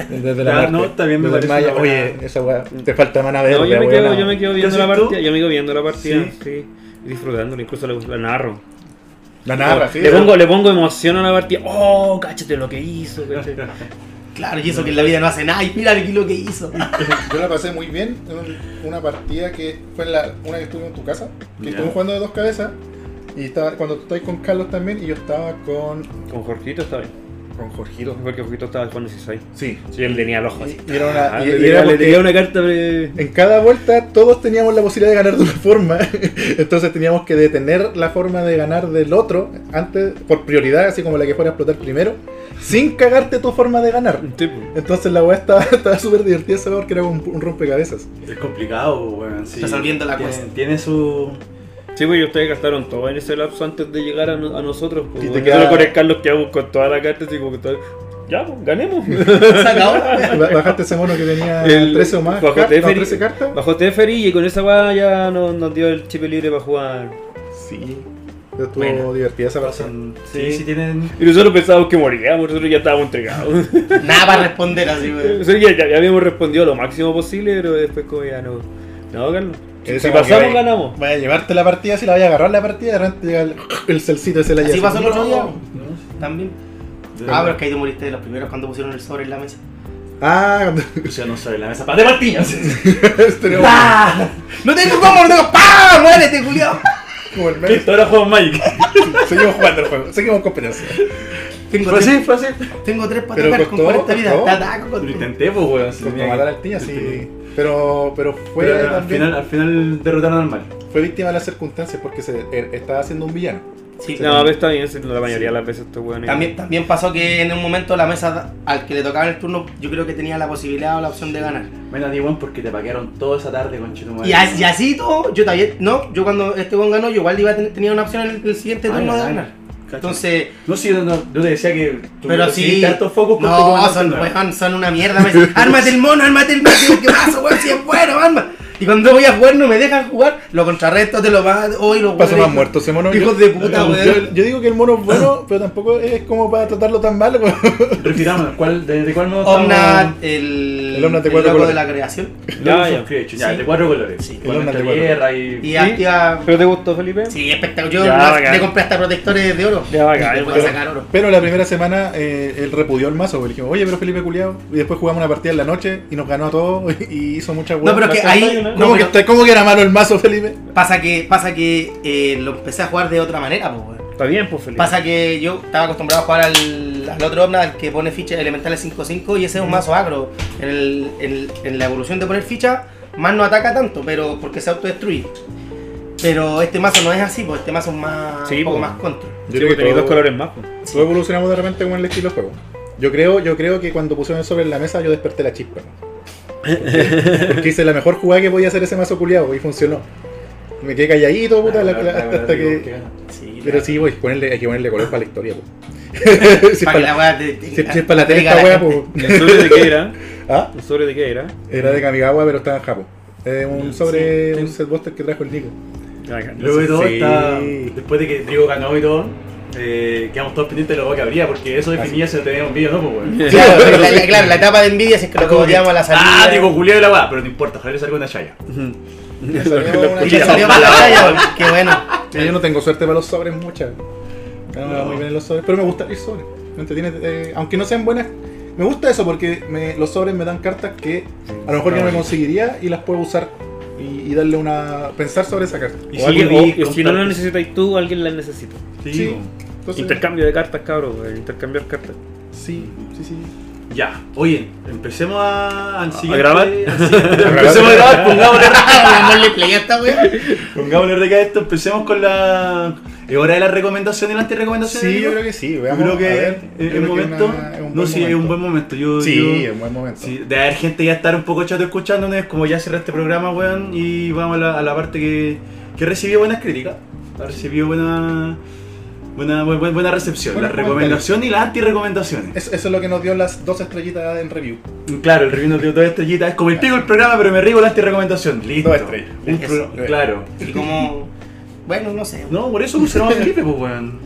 Desde Ya, la muerte. no, también me Desde parece Maya, una buena- Oye, esa weá, te falta mana verde, No, yo me, weá, quedo, no. yo me quedo viendo ¿Yo la soy tú? partida, yo me quedo viendo la partida, Sí. sí, y disfrutándola, incluso la, la narro. La narra, sí. le, pongo, le pongo emoción a la partida, oh, cáchate lo que hizo, cáchate. Claro, y eso que en la vida no hace nada. Y mira aquí lo que hizo. Yo la pasé muy bien en un- una partida que fue la, una que estuve en tu casa, que Ya. estuvimos jugando de dos cabezas. Y estaba, cuando tú estabas con Carlos también, y yo estaba con, Con Jorgito está bien. con Jorgito. Porque Jorgito estaba jugando 16. Sí. Sí, él tenía el ojo así. Y era una- Ah, y- le y era tiraba- le porque- tiraba una carta. pre- En cada vuelta todos teníamos la posibilidad de ganar de una forma, entonces teníamos que detener la forma de ganar del otro antes por prioridad, así como la que fuera a explotar primero, sin cagarte tu forma de ganar. Sí, po. Entonces la weá estaba, estaba súper divertida esa weá porque era un, un rompecabezas. Es complicado, pues, weón. Sí. Resolviendo la Tiene- cosa. Tiene su. Sí, pues y ustedes gastaron todo en ese lapso antes de llegar a, no- a nosotros. Pues, Y te bueno. queda- Nosotros con el Carlos quedamos con toda la carta así como que todo- Ya, pues, ganemos. Se acabó. Ba- Bajaste ese mono que tenía El- 13 o más, bajo car- no, Teferi. 13 cartas. Bajo Teferi y con esa va ya nos, nos dio el chip libre para jugar. Sí, estuvo Bueno. divertida esa persona. Son, Sí. sí, sí, tienen. Y nosotros pensábamos que moríamos, nosotros ya estábamos entregados. Nada para responder así, O güey. sea, ya, ya habíamos respondido lo máximo posible, pero después como ya no. No, Carlos. Si, Esa si como que pasamos, va- ganamos. Vaya a llevarte la partida, si la vaya a agarrar la partida, de repente llega el, el celcito ese la Así lleva pasó el así. otro día. También. De- Ah, pero es que ahí te moriste de los primeros cuando pusieron el sobre en la mesa. Ah, pusieron sobre la mesa. ¡Para de martillas! tenemos ¡Pah! ¡No tengo cómo! ¡No tengo! ¡Pah! ¡Muérete, Julio! como el meme. Listo, ahora juego Magic. Seguimos jugando el juego, seguimos en competencia. Tengo Fue tres, así, fue así. tengo tres para Pero tocar costó, con 40 vidas. costó. Te ataco con Lo intenté, pues, weón. sí, Con tenía que- matar al tía, sí. Pero, pero fue Pero al, también- final, al final derrotaron al mal. fue víctima de las circunstancias porque se er- estaba haciendo un villano. Sí, No, pero está bien, si la mayoría de las veces estos weones. También, también pasó que en un momento la mesa al que le tocaba el turno, yo creo que tenía la posibilidad o la opción de ganar. Menos a ti, weón, porque te paquearon toda esa tarde Ah, con Chitumare. Y así, y así todo, yo también, no, yo cuando este buen ganó, yo igual iba a tener, tenía una opción en el, el siguiente Ah, turno de ganar. Entonces, No, sí, no, no, yo te decía que tú pero sí. recibiste hartos focos con tu no, comandante, son, weón. weón, son una mierda. Me dicen, ármate el mono, ármate el mono. ¿Qué pasa, weón? Si es bueno, arma. Y cuando voy a jugar, no me dejan jugar. Lo contrarresto, te lo van. Hoy lo Pasó más muerto ese mono. Hijos de puta, yo, weón. yo digo que el mono es bueno, pero tampoco es como para tratarlo tan mal. weón. Refirámonos, ¿cuál, de, de cuál no Omnat, el, El Omnat de el cuatro loco colores. de la creación. Ya, Ya, ya. ya. ya, Sí. de cuatro colores. Sí. Con El Omnat de nuestra cuatro. tierra y... Y activa. ¿Pero te gustó, Felipe? Sí, espectacular. Yo Ya, no- bacán. le compré hasta protectores de oro. Ya, bacán, Le voy a bueno. sacar oro. Pero la primera semana eh, él repudió el mazo. weón. Le dijimos, oye, pero Felipe culiao. Y después jugamos una partida en la noche y nos ganó a todos y hizo muchas No, weas. pero es que la ahí. pantalla, ¿no? no, ¿Cómo, que, pero está- cómo que era malo el mazo, Felipe? pasa que, pasa que eh, lo empecé a jugar de otra manera, pues, weón. Está bien, pues, Felipe. Pasa que yo estaba acostumbrado a jugar al, al otro Omna, al que pone ficha elementales 5-5, y ese es un mazo agro. En, el- en- en la evolución de poner ficha, más no ataca tanto, pero porque se autodestruye. Pero este mazo no es así, pues este mazo es más, Sí, un poco pues. más contra. Sí, porque tenéis dos colores más. pues. Todos evolucionamos de repente con el estilo de juego. Yo creo, yo creo que cuando pusieron sobre la mesa yo desperté la chispa. Porque, porque hice la mejor jugada que podía hacer ese mazo culiado y funcionó. Me quedé calladito, Ah, puta, la- la- hasta que. Sí, Pero sí, voy, ponerle, hay que ponerle color para la historia, po. si, es para para, que la weá te- si- te- si es para la tele diga esta la wea, gente. po. ¿El sobre de qué era? ¿Ah? ¿El sobre de qué era? Era de Kamigawa, pero estaba en Japón. Eh, un sobre un set buster que trajo el Nico. Bacán. Luego de todo, Sí. está- después de que Trigo ganó y todo, eh, quedamos todos pendientes de lo que habría, porque eso definía si lo teníamos video o no, pues, weón. Claro, porque la, claro, la etapa de envidia si es que lo Como que, cogoteamos a la salida. Ah, Trigo culiado y la weá, pero no importa, ojalá le salga una chaya. Y le salió para la batalla, qué bueno. Sí, yo no tengo suerte para los sobres muchas. No, me va muy bien en los sobres, pero me gusta ir sobres. Me entretiene, eh, aunque no sean buenas, me gusta eso porque me- los sobres me dan cartas que a lo mejor yo no me conseguiría y las puedo usar y, y darle una. pensar sobre esa carta. O alguien- podí o- o Oh, si no comprar- lo necesitáis tú, alguien la necesita. Sí, Sí. weón. Pues Entonces, Intercambio de cartas, cabrón. güey, Intercambiar cartas. Sí, sí, sí. Ya, oye, empecemos a, al siguiente- grabar? al siguiente- empecemos a grabar, pongámosle Pongámosle play a esta wea. Pongámosle rec a esto, empecemos con la. ¿Es hora de las recomendaciones y las antirrecomendaciones? Sí, yo creo que sí. Yo Veamos, creo a que ver, es- yo es creo el que momento. una- es un No, buen sí, es un momento. buen momento. Yo, Sí, yo- es un buen momento. sí, de haber gente ya estar un poco chato escuchándonos, es como ya cerrar este programa, weón. Y vamos a la, a la parte que, que recibió buenas críticas. Ha recibido buena, buena, bu- bu- buena recepción. Buenos las recomendaciones y las antirrecomendaciones. Eso, eso es lo que nos dio las dos estrellitas en review. Claro, el review nos dio dos estrellitas. Es como el pico el programa, pero me rigo la antirrecomendación. Listo. Dos estrellas. Un Eso. pro- claro. Y como. Bueno, no sé. No, por eso pusieron a Felipe, pues, weón.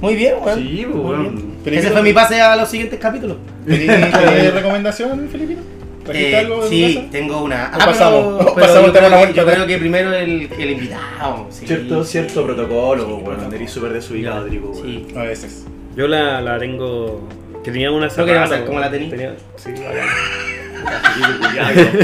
Muy bien, weón. Sí, pues, Muy weón. bien. Ese fue mi pase a los siguientes capítulos. ¿Tenéis recomendación, Filipino? ¿Trajiste Eh, algo de tu sí, casa? tengo una. Ah, O pasamos, o pasamos yo el tema creo de la que- vuelta Yo atrás. creo que primero el, el invitado. sí. Cierto, cierto protocolo, pues, protocolo. Ah, este weón. Eres súper desubicado, Trigo, weón. Sí. A veces. Yo la, la tengo Que teníamos una Lo que pasa es como la tení. Tenía- sí, bacán.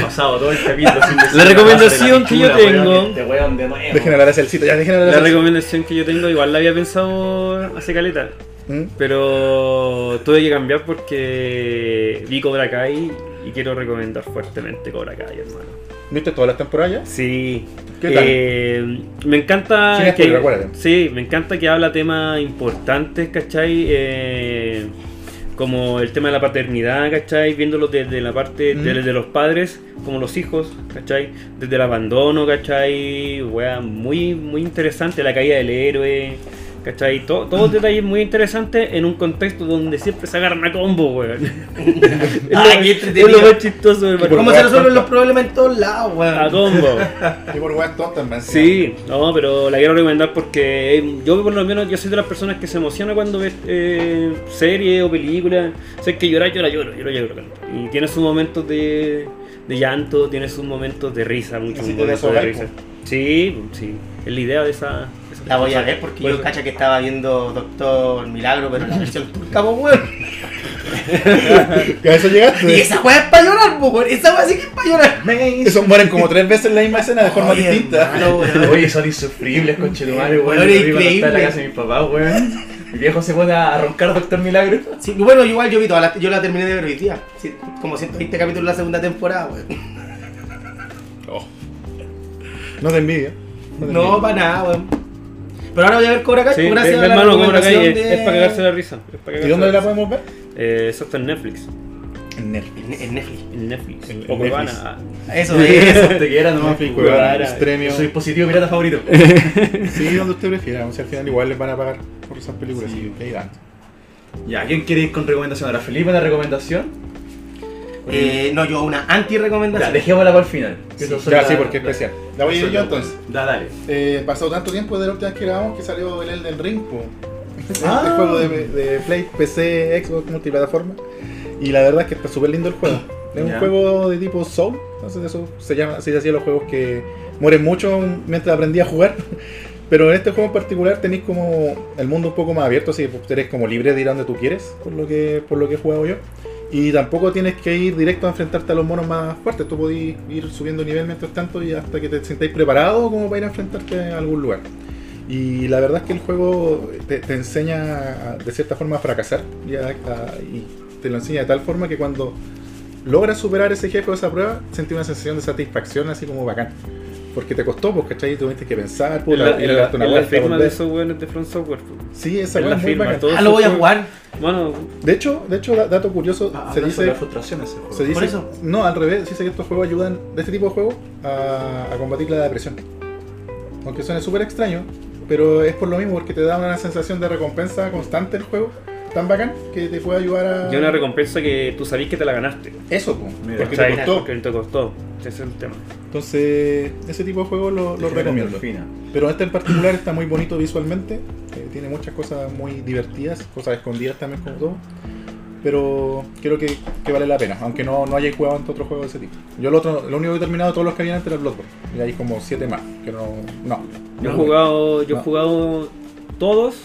pasado todo el capítulo sin decir La nada recomendación sobre que la yo pintura, tengo- weón, este weón de nuevo. Dejen hablar a Celcito, ya dejen hablar a La Celcito. recomendación que yo tengo, igual la había pensado hace caleta. ¿Mm? Pero tuve que cambiar porque vi Cobra Kai y quiero recomendar fuertemente Cobra Kai, hermano. ¿Viste todas las temporadas Sí. ¿Qué tal? Eh, me encanta Sin spoiler, que acuérdate. sí, me encanta que habla temas importantes, ¿cachai? Eh, como el tema de la paternidad, ¿cachai? Viéndolo desde la parte Mm. de, de los padres, como los hijos, ¿cachai? Desde el abandono, ¿cachai? Wea, muy, muy interesante, la caída del héroe, ¿cachai? To- Mm. todos detalles muy interesantes en un contexto donde siempre se agarran a combo, weón. es, Ah, lo- qué es lo entretenido. más chistoso, hermano. ¿Cómo se resuelven los problemas en todos lados, A weón? combo. ya? Y por weas tontas, man. Sí, no, pero la quiero recomendar porque eh, yo por lo menos yo soy de las personas que se emociona cuando ves eh, series o películas. Sé que llorar, llora, lloro, lloro, lloro. canto. Y tiene sus momentos de, de llanto, tiene sus momentos de risa, muchos Así te momentos de desahogáis, risa. Sí, sí, es la idea de esa... esa La voy a cosa. ver porque Bueno, yo cacha que estaba viendo Doctor Milagro, pero la versión turca, po, weón. ¿Que a eso Y llegaste? esa weá es para llorar, po, weón. Esa weá sí que es para llorar. Esos mueren como tres veces en la misma escena de forma Oye, distinta. hermano, weón. Oye, son insufribles, conchetumare, weón. Weón, Yo vivo cuando increíble. estaba en la casa de mis papás, weón. Mi viejo se pone a roncar Doctor Milagro. Sí, bueno, igual yo vi toda la, yo la terminé de ver hoy día. Sí, como 120 capítulos de la segunda temporada, weón. No te envidia. te No, para nada, weón. Pero ahora voy a ver Cobra Kai. Sí, gracias ve- a ve, la hermano, Cobra Kai recomendación es, de- es para cagarse la risa. es para envidia. cagarse ¿Y dónde la risa. podemos ver? Eh, eso está en Netflix. En Netflix. En, en Netflix. En Netflix. En- o en Cuevana. Netflix. ah. Eso Eso es. te quiera nomás, Netflix, weón. Cuevana, Cuevana, Stremio. Su dispositivo pirata favorito. Sí, donde usted prefiera. O sea, al final igual les van a pagar por esas películas. Sí. Sí. que ahí van. Ya, ¿quién quiere ir con recomendación? Ahora, Felipe, una recomendación. Eh, no, yo una anti-recomendación. Ya, dejémosla para el final. que eso soy Ya, la- sí, porque es la- especial. La voy a ir yo entonces. Da, dale. Eh, pasó tanto tiempo desde la última vez que grabamos que salió el Elden Ring, po. Ah. Este juego de, de Play, PC, Xbox, multiplataforma. Y la verdad es que está súper lindo el juego. Es un Ya. juego de tipo Soul, entonces eso se llama, así se hacían los juegos que mueren mucho mientras aprendí a jugar. Pero en este juego en particular tenéis como el mundo un poco más abierto, así que pues, eres como libre de ir a donde tú quieres, por lo que, por lo que he jugado yo. Y tampoco tienes que ir directo a enfrentarte a los monos más fuertes. Tú podés ir subiendo nivel mientras tanto y hasta que te sintáis preparado como para ir a enfrentarte a algún lugar. Y la verdad es que el juego te, te enseña a- de cierta forma a fracasar y, a- a- y te lo enseña de tal forma que cuando logras superar ese jefe o esa prueba, sentí una sensación de satisfacción así como bacán. Porque te costó, porque ¿cachai? tuviste que pensar, Es puta, la, ir es a la- darte una es la vuelta, firma de volver. esos weones de Front Software. pues. Sí, esa es weá la es muy firma, bacán. todo. Ah, lo voy a jugar. Bueno, De hecho, de hecho, da- dato curioso, Ah, se habla sobre dice la frustración de ese juego. Se dice, Por eso. No, al revés, dice que estos juegos ayudan, de este tipo de juegos, a, a combatir la depresión. Aunque suene súper extraño, pero es por lo mismo, porque te da una sensación de recompensa constante el juego, tan bacán, que te puede ayudar a... y una recompensa que tú sabías que te la ganaste. Eso, po, Mira. porque ¿Cachai? te costó. Porque te costó. Ese es el tema. Entonces, ese tipo de juegos lo, lo Te genera recomiendo. endorfina. Pero este en particular está muy bonito visualmente, eh, tiene muchas cosas muy divertidas, cosas escondidas también como todo. Pero creo que, que vale la pena, aunque no, no haya jugado ante otro juego de ese tipo. Yo lo, otro, lo único que he terminado, todos los que habían antes era Bloodborne. Y hay como siete más, que no... No. Yo he jugado, yo he No. jugado todos,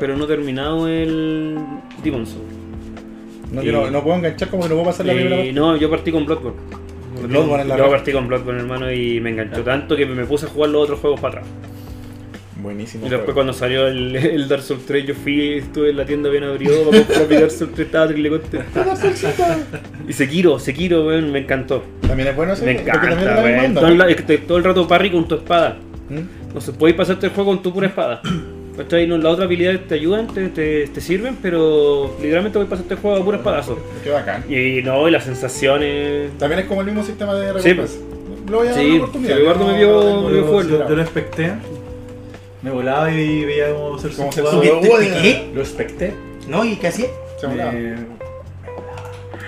pero no he terminado el Demon's Souls. No, yo no, no puedo enganchar como que no puedo pasar la primera Y no, yo partí con Bloodborne. parte. Bloodborne es la Yo raja. Ah. partí con Bloodborne, hermano, y me enganchó tanto que me puse a jugar los otros juegos para atrás. Buenísimo. Y después juego. cuando salió el, el Dark Souls 3, yo fui, estuve en la tienda bien abrió para comprar mi Dark Souls 3, estaba triple contento. Y Sekiro, Sekiro, weón, me encantó. También es bueno ese Me porque también es encanta, la misma weón. onda. Todo, el ra- este- todo el rato parry con tu espada. ¿Mm? No se podéis pasarte el juego con tu pura espada. ¿Cachai? No, las otras habilidades te ayudan, te, te, te sirven, pero literalmente podéis pasarte el juego a puro espadazo. Qué bacán. Y no, y las sensaciones. También es como el mismo sistema de Sí, recompensa. lo voy a dar Sí, una oportunidad. sí, Eduardo no- me dio- no tengo- me dio Yo, fuerte. yo, yo lo expecté. Me volaba y veía cómo ser Cómo ser jugador. su- ¿Qué? Lo expecté. No, ¿y qué hacía? Se volaba. eh,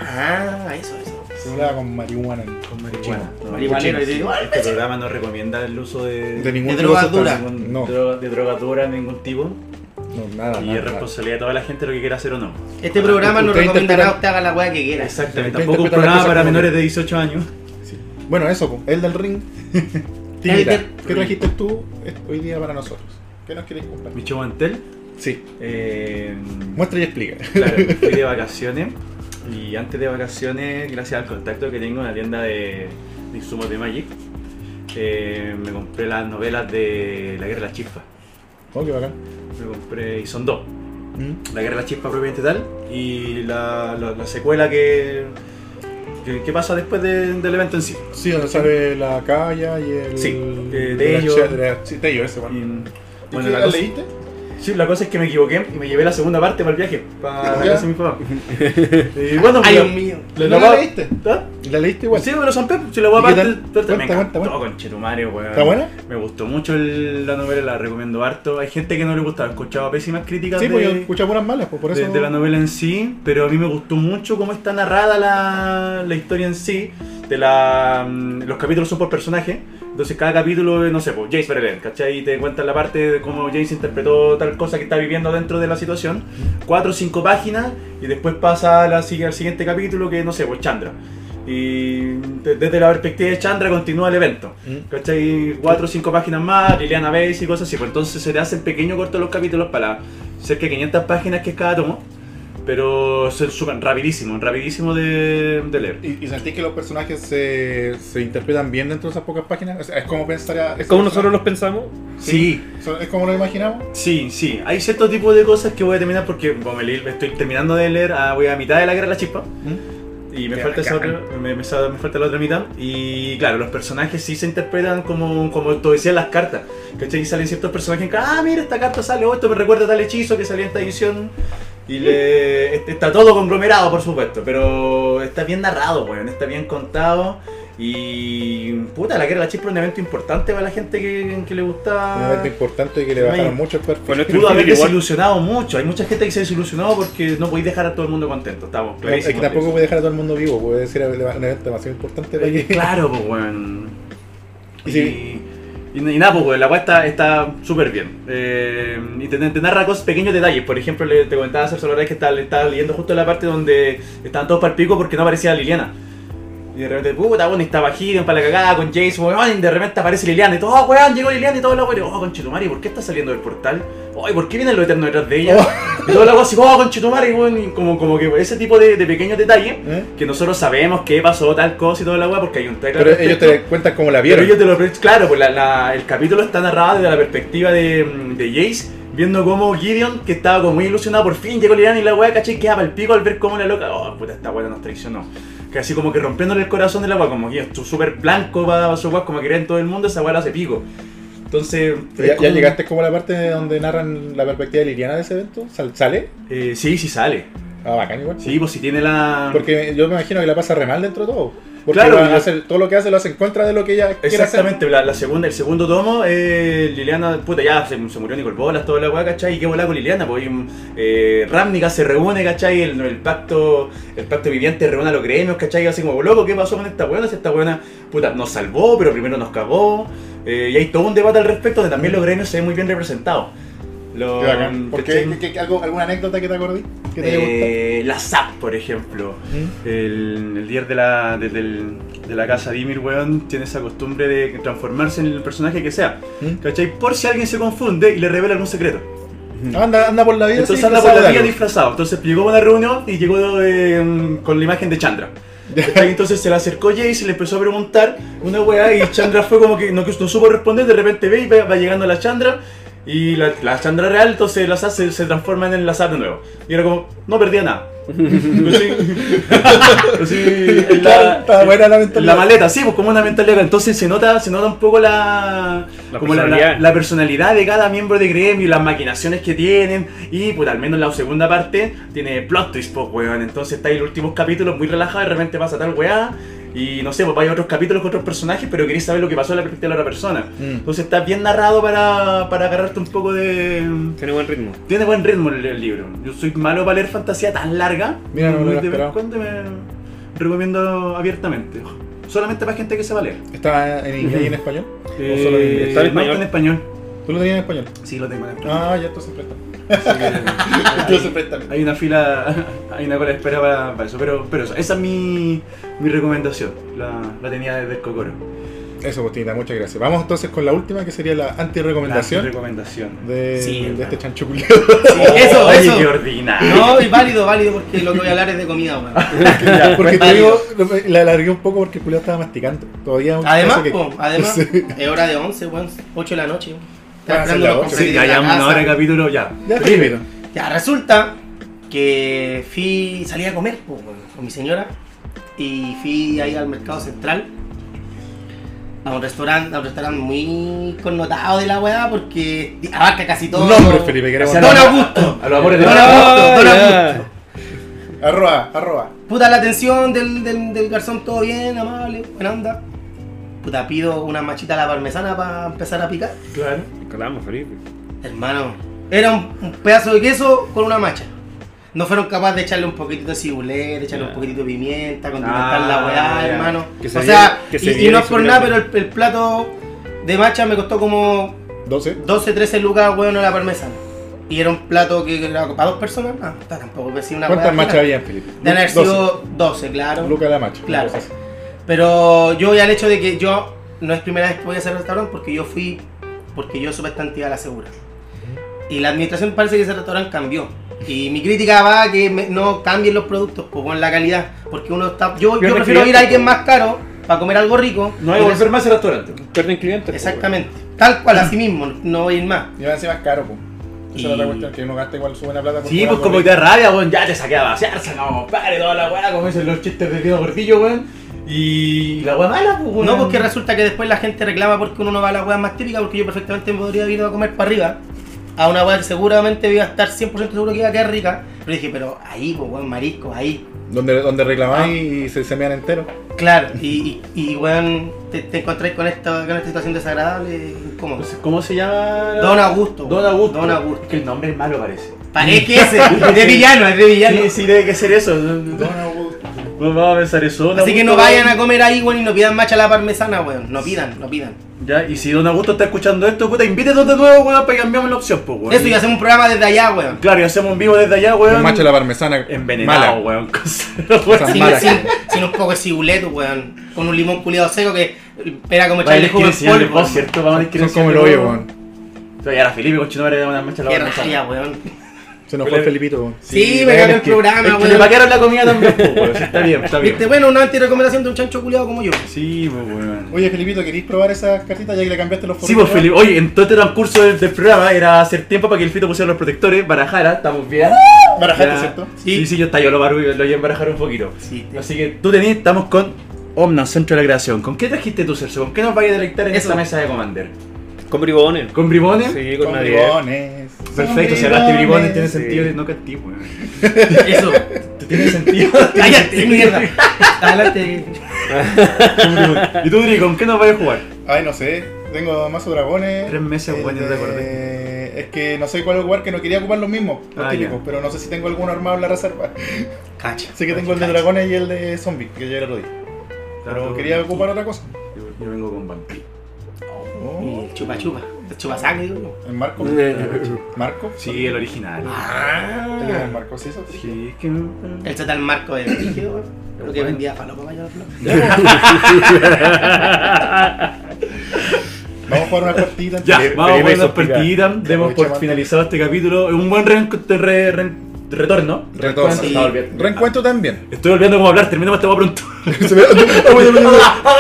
Ah, eso, eso. Se volaba con marihuana. con marihuana. No, Marihuanero, sí, y digo, Este programa no recomienda el uso de, eh, De ningún tipo de De drogas sustancia. duras. ningún No, droga- de drogatura de ningún tipo. no, nada. Y nada, es nada. responsabilidad de toda la gente lo que quiera hacer o no. Ah, Este programa no Usted recomienda interpreta- nada, usted haga la weá que quiera. Exactamente. Usted Tampoco un interpreta las programa cosas para como menores de 18 años. Sí. Bueno, eso, po. el del ring. El Timita, del ¿qué trajiste tú hoy día para nosotros? ¿Qué nos querés compartir? Micho Mantel. Sí, Eh, muestra y explica. Claro, fui de vacaciones y antes de vacaciones, gracias al contacto que tengo en la tienda de, de insumos de Magic, eh, me compré las novelas de La Guerra de las Chispas. Oh, qué bacán. Me compré, y son dos, Mm. La Guerra de las Chispas propiamente tal y la, la- la secuela que, que, que pasa después de- del evento en sí. Sí, donde sale la calla y el. Sí, eh, el- Tello. el- el- el- Sí, Tello, ese, Y, bueno. bueno, ¿Y la la cosa, leíste? sí, la cosa es que me equivoqué y me llevé la segunda parte para el viaje, para la Ya. casa de mi papá. Y bueno, Ay, la- Dios mío. la- ¿No la- la leíste? ¿Ah? ¿La leíste igual? Sí, me lo zampé, si la voy a ¿Y qué parte. tal? parte- Me Cuenta, encantó, cuenta, conchetumare, weón. ¿Está buena? Me gustó mucho el- la novela, la recomiendo harto. Hay gente que no le gusta, he escuchado pésimas críticas Sí, de, pues yo escuché puras malas, pues por de- eso. de la novela en sí, pero a mí me gustó mucho cómo está narrada la, la historia en sí. De la, mm, los capítulos son por personaje, entonces cada capítulo, eh, no sé, pues Jace Verlaine, ¿cachai? Y te cuentan la parte de cómo Jace interpretó tal cosa que está viviendo dentro de la situación. Cuatro o cinco páginas y después pasa a la sig- al siguiente capítulo que, no sé, pues Chandra. Y de- desde la perspectiva de Chandra continúa el evento. Mm. ¿Cachai? Cuatro o cinco páginas más, Liliana Bates y cosas así. Pues entonces se te hacen pequeño corto los capítulos para cerca de 500 páginas que es cada tomo. Pero se suben rapidísimo, rapidísimo de, de leer. ¿Y, y sentís que los personajes se, se interpretan bien dentro de esas pocas páginas? O sea, es como pensar a... Es como nosotros los pensamos. Sí, So- ¿Es como lo imaginamos? sí, sí. Hay cierto tipo de cosas que voy a terminar porque como me leí- me estoy terminando de leer, ah, voy a mitad de la guerra de la chispa. Y me Qué falta, esa bacán. otra- me, me sa- me falta la otra mitad. Y claro, los personajes sí se interpretan como, como tú decías las cartas. ¿Cachai? Y salen ciertos personajes que, ah, mira, esta carta sale, oh, esto me recuerda a tal hechizo que salía en esta edición. Y le, este- está todo conglomerado, por supuesto, pero está bien narrado, weón, está bien contado. Y puta, la guerra de la chispa es un evento importante para la gente que, que le Un gusta. evento importante que le Sí, bajaron ahí. mucho el perfil. Con este Pudo haber perfil igual- desilusionado mucho. Hay mucha gente que se desilusionó porque no podéis dejar a todo el mundo contento. Estamos Claro, es que clarísimos de tampoco eso. voy a dejar a todo el mundo vivo, puede decir un evento demasiado importante para que. Claro, pues, weón. Y, Sí. y, y nada, pues, weón, la weá está- está súper bien. Eh, y te, te narra cosas, pequeños detalles. Por ejemplo, le, te comentaba hace solo la vez que estaba, estaba leyendo justo la parte donde estaban todos para el pico porque no aparecía Liliana. Y de repente, puta, bueno, y estaba Gideon para la cagada con Jace, weón, y de repente aparece Liliana y todo, oh, weón, llegó Liliana y todo, la weón, oh, conchetumare, ¿por qué está saliendo del portal? Oh, ¿y por qué viene lo eterno detrás de ella? Y todo la weón así, oh, conchetumare, weón, y como, como que ese tipo de, de pequeños detalles ¿Eh? que nosotros sabemos qué pasó, tal cosa y toda la weá, porque hay un trailer. Pero ellos te cuentan cómo la Pero vieron. ellos te lo Claro, pues la- la- el capítulo está narrado desde la perspectiva de, mm, de Jace, viendo cómo Gideon, que estaba como muy ilusionado, por fin llegó Liliana y la weá, caché, quedaba el pico al ver cómo la loca. Oh, puta, esta weá nos traicionó. Que así como que rompiéndole el corazón de la weá, como que es súper blanco para su weá, como que cree en todo el mundo, esa weá la hace pico. Entonces. Ya, es ya como- llegaste como a la parte donde narran la perspectiva de Liliana de ese evento. ¿Sal- ¿Sale? Eh, sí, sí sale. Ah, bacán igual. Sí, pues si tiene la. Porque yo me imagino que la pasa re mal dentro de todo. Porque Claro, va a yo- hacer- todo lo que hace lo hace en contra de lo que ella quiere hacer. Exactamente, la, la segunda, el segundo tomo, eh, Liliana, puta, ya se, se murió Nicol Bolas, toda la weá, ¿cachai? ¿Y qué volá con Liliana? Pues y, eh, Ramnica se reúne, ¿cachai? El, el pacto el pacto viviente reúne a los gremios, ¿cachai? Así como, loco, ¿qué pasó con esta weona? Si esta weona, puta, nos salvó, pero primero nos cagó. Eh, y hay todo un debate al respecto donde también los gremios se ven muy bien representados. Los, Qué bacán. ¿Por qué? Mm, ¿cachai? ¿Qué- qué- algo- ¿Alguna anécdota que te acordé? Que te haya gustado? Eh, la SAP, por ejemplo. ¿Mm? El, el líder de la, de, del- de la casa Dimir, weón, tiene esa costumbre de transformarse en el personaje que sea. ¿Mm? ¿Cachai? Por si alguien se confunde y le revela algún secreto. Anda, anda por la vida. mm. Entonces sí, anda por la disfrazado vida de disfrazado. Entonces pues, llegó a una reunión y llegó eh, con la imagen de Chandra. ¿Cachai? Entonces se le acercó Jace y le empezó a preguntar una weá y Chandra fue como que no, no supo responder, de repente ve y va, va llegando la Chandra y la, la Chandra real, entonces la SAT se, se transforma en la SAT de nuevo. Y era como, no perdía nada. Pues sí. Pues sí, algo. Claro, está buena la mentalidad. la maleta, sí, pues como una mentalidad. Entonces se nota, se nota un poco la, La como la- la- personalidad. la personalidad de cada miembro de gremio, las maquinaciones que tienen. Y pues al menos la segunda parte tiene plot twist, pues weón. Entonces está ahí los últimos capítulos muy relajado, de repente pasa tal weá. Y no sé, pues hay otros capítulos con otros personajes, pero queréis saber lo que pasó en la perspectiva de la otra persona. Mm. Entonces está bien narrado para, para agarrarte un poco de. Tiene buen ritmo. Tiene buen ritmo el, el libro. Yo soy malo para leer fantasía tan larga. Mira, no lo Muy había de vez en esperado. cuando me recomiendo abiertamente. Solamente para gente que se va a leer. Eh, ¿Está en inglés y en español? ¿O solo en inglés? Está en no, español. está en español. ¿Tú lo tenías en español? Sí, lo tengo en español. Ah, ya, entonces presta. Así que- Entonces presta. hay una fila, hay una cola de espera para, para eso. Pero, pero eso, esa es mi, mi recomendación. La, la tenía desde el Cocoro. Eso, Botina, muchas gracias. Vamos entonces con la última, que sería la anti-recomendación Recomendación. Oh, de, Sí, de es este verdad. chanchuculeo. Sí, eso, Oye, eso. qué ordinario. No, y válido, válido, porque lo que voy a hablar es de comida, weón. pues, porque te digo, lo- la alargué un poco porque el culiao estaba masticando. Todavía un- Además, cosa que- po, además, Sí. es hora de 11, weón, 8 de la noche. weón. Ah, Está son esperando las los ocho. Sí, confetis ya de la llevamos una casa. hora de capítulo, ya. Ya, primero. Ya, resulta que fui, salí a comer po, weón, con mi señora y fui ahí al mercado central a un restaurante, a un restaurante muy connotado de la weá porque abarca casi todo. Nombre, Felipe, queremos. Gracias a Don los- Augusto. A los amores de Don la- Augusto, Don Ah, ya. Augusto. Arroba, arroba. Puta, la atención del, del, del garzón, todo bien, amable, buena onda. Puta, pido una machita a la parmesana para empezar a picar. Claro. Calamos, Felipe. Hermano, era un, un pedazo de queso con una macha. No fueron capaces de echarle un poquitito de cibulet, de echarle Ya. un poquitito de pimienta, condimentar Ah, la weá, ya. hermano. Que o se sea, viera- que se y, y viera no es por insuperable. nada, pero el, el plato de macha me costó como 12. 12, 13 lucas, weón, a la parmesana. Y era un plato que era para dos personas, no, está tampoco que sea una ¿Cuántas weá machas gigante. había, Felipe? De haber 12. sido 12, claro. Luca la macha. Claro. Pero yo ya el hecho de que yo no es primera vez que voy a hacer restaurante porque yo fui, porque yo subestantía a la segura. Y la administración parece que ese restaurante cambió. Y mi crítica va a que me- no cambien los productos, pues con la calidad. Porque uno está. Yo, yo Pierdes prefiero ir clientes, a alguien po. más caro para comer algo rico. pues. No hay pues. que Y volver más al restaurante. Pierden clientes. pues, po, Exactamente. Tal cual, así mismo, no voy a ir más. Y va a ser más caro, pues. Esa es la otra Y- cuestión, que uno gasta igual su buena plata. por Sí, comer pues algo como que rico. te da rabia, weón, ya te saqué a vaciar, sacamos compadre, toda la weá, como dicen los chistes de Diego Gordillo, weón. Y la weá mala, pues, weón. No, porque resulta que después la gente reclama porque uno no va a las weas más típicas, porque yo perfectamente me podría haber ido a comer para arriba a una wea que seguramente iba a estar 100% seguro que iba a quedar rica. Pero dije, pero ahí, pues, weón, marisco, ahí. Donde, donde reclamáis Ah. y se, se mean entero. Claro, y, y, y, weón, te, te encontráis con esta, con esta situación desagradable, ¿cómo? Entonces, ¿Cómo se llama? Don Augusto. Don Augusto. Don Augusto. Es que el nombre es malo, parece. Parece que ese, es de villano, es de villano. Sí, sí, debe que ser eso. No vamos a pensar eso. Don Así que no Augusto, vayan a comer ahí, weón, y no pidan macha a la parmesana, weón. No pidan, no pidan. Ya, y si Don Augusto está escuchando esto, puta, invítenos de nuevo, weón, para que cambiamos la opción, pues, weón. Eso, y hacemos un programa desde allá, weón. Claro, y hacemos un vivo desde allá, Un weón. macho de la parmesana. Envenenado, mala. weón. Cosa- Esas Sin, malas. sin, sin un poco de cibuleto, weón. Con un limón culiado seco que era como Vale, les echarle quiero jugo enseñarle en polvo. vos, ¿cierto? Vamos a les quiero Son como el enseñarle, hoyo, weón. Y ahora Felipe, continuaré de una mancha la Qué barra. raya, weón. Se nos fue el Felipito, weón. Sí, me ganó el programa, Es que le weón. vaquearon la comida también, pues, weón. Sí, Está bien, está bien. Viste, bueno, una antirecomendación de un chancho culiado como yo. Sí, pues, weón. Oye, Felipito, ¿queréis probar esas cartitas ya que le cambiaste los Sí, formatos? pues Felipe, oye, en todo este transcurso del, del programa era hacer tiempo para que el fito pusiera los protectores, barajara, estamos bien. Barajaste, Ya. ¿cierto? Sí, sí, yo, está, yo lo, barro, lo llevo a barajar un poquito. Sí, te- Así que tú tenés, estamos con Omnan, Centro de la Creación. ¿Con qué trajiste tú, Cerso? ¿Con qué nos vayas a deleitar en Eso. esta mesa de Commander? weón. Con bribones. ¿Con bribones? Sí, con, Con nadie. bribones. Perfecto, Son si hablaste de bribones tiene bribones. sentido, no castigo, weón. Eso. Tiene sentido. Cállate, mierda. Adelante. ¿Y tú, Dri, con qué nos vayas a jugar? Ay, no sé. Tengo mazo dragones. Tres meses, weón, y no te eh, Es que no sé cuál jugar, que no quería ocupar los mismos, los Ah, típicos, ya. pero no sé si tengo alguno armado en la reserva. Cacha. Sé que tengo el de dragones y el de zombies, que ya lo di. Ah, Pero quería ocupar otra cosa. Yo, yo vengo con vampiro. Oh, Y Chupa chupa. Chupa sangre, weón. ¿El Marco? ¿Marco? Eh. Sí, el original. ¿El Ah. Marco sí eso? Sí. Sí, es que. El total marco de rígido, weón. Lo que vendía falopa para allá, ¿no? Vamos a jugar una partida. Ya, entonces. vamos a Felipe poner hizo las partidas. Demos por Aprovechamos. finalizado este capítulo. Un buen re- re- re- retorno. Retorno. Reencuentro, Sí. estaba olvidando. Reencuentro también. Estoy olvidando cómo hablar, terminamos esta hueá pronto. Ah,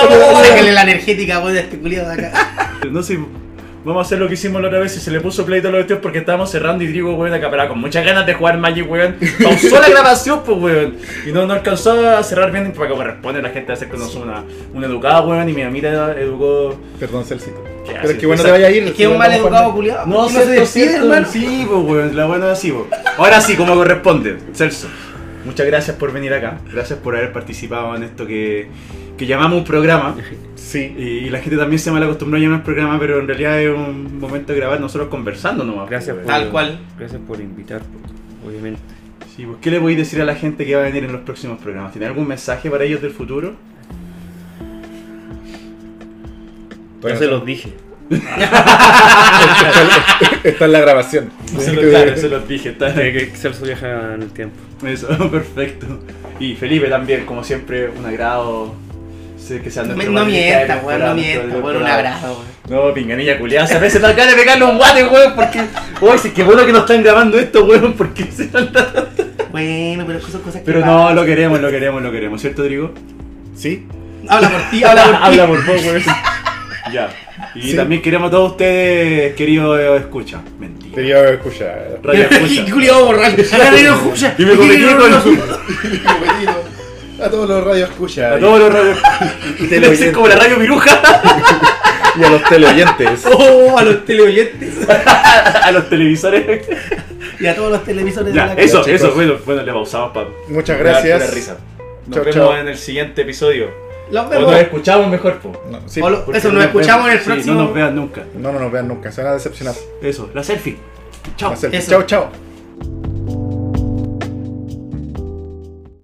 Sáquenle la energética, weón, de este culiado de acá. No sé, vamos a hacer lo que hicimos la otra vez y se le puso play a los cuestión porque estábamos cerrando y Drigo, weón, acaparaba con muchas ganas de jugar Magic, weón. Pausó la grabación, pues, weón. Y no, no alcanzó a cerrar bien para que corresponde la gente hacer que nos una, una educada, weón. Y mi mamita educó. Perdón, Celcito. Pero es haces? que bueno Exacto. te vaya a ir. Es que es un si no, mal vamos a educado jugar- culiado. No, Ah, se cierto, despide, cierto, hermano. Sí, pues, weón, la buena es así, pues. Ahora sí, como corresponde, Celso. Muchas gracias por venir acá. Gracias por haber participado en esto que, que llamamos un programa. Sí. Y, y la gente también se mal acostumbró a llamar programa, pero en realidad es un momento de grabar nosotros conversando nomás. pues, Gracias por, Tal cual. Gracias por invitar, po, obviamente. Sí, pues, ¿qué le voy a decir a la gente que va a venir en los próximos programas? ¿Tiene algún mensaje para ellos del futuro? Ya Todavía se no los dije. Está en la grabación. Se lo, claro, se los dije, está- Que, Eh, que Celso viaja en el tiempo. Eso, perfecto. Y Felipe también, como siempre, un agrado Sí, que sea No nuestro no baterista de mientas, weón, temporada, nuestro no mientas, de weón, un temporada. abrazo, weón. No, pinganilla culiada, se veces dan ganas de pegarle un guate, weón, porque. Uy, si es que bueno que no están grabando esto, weón, porque se dan tanto. Bueno, pero son cosas que Pero no, pasan. lo queremos, lo queremos, lo queremos, ¿cierto, Drigo? Sí, Habla por ti, habla por ti. Habla por favor, weón. Ya. Y también queremos a todos ustedes, queridos eh, escucha. Mentira. quería escuchar. Radio escucha. Y culiado borracho. Acá le dio jucha. Y me cometí con A todos los radios escucha. a todos los radios. Es como la radio viruja. Y a los teleoyentes. Oh, a los teleoyentes. a los televisores. Y a todos los televisores Ya, de la eso, casa, eso, chicos. bueno, bueno, le pausamos para. Muchas gracias. risa. Nos Chao, vemos chao. en el siguiente episodio. Los O vemos. nos escuchamos mejor, po. No, sí, O lo- Porque eso, no nos escuchamos en el sí, próximo. No nos vean nunca. no, no nos vean nunca, se van a decepcionar. Eso, la selfie. Chao. Va a ser- eso. Chao, chao.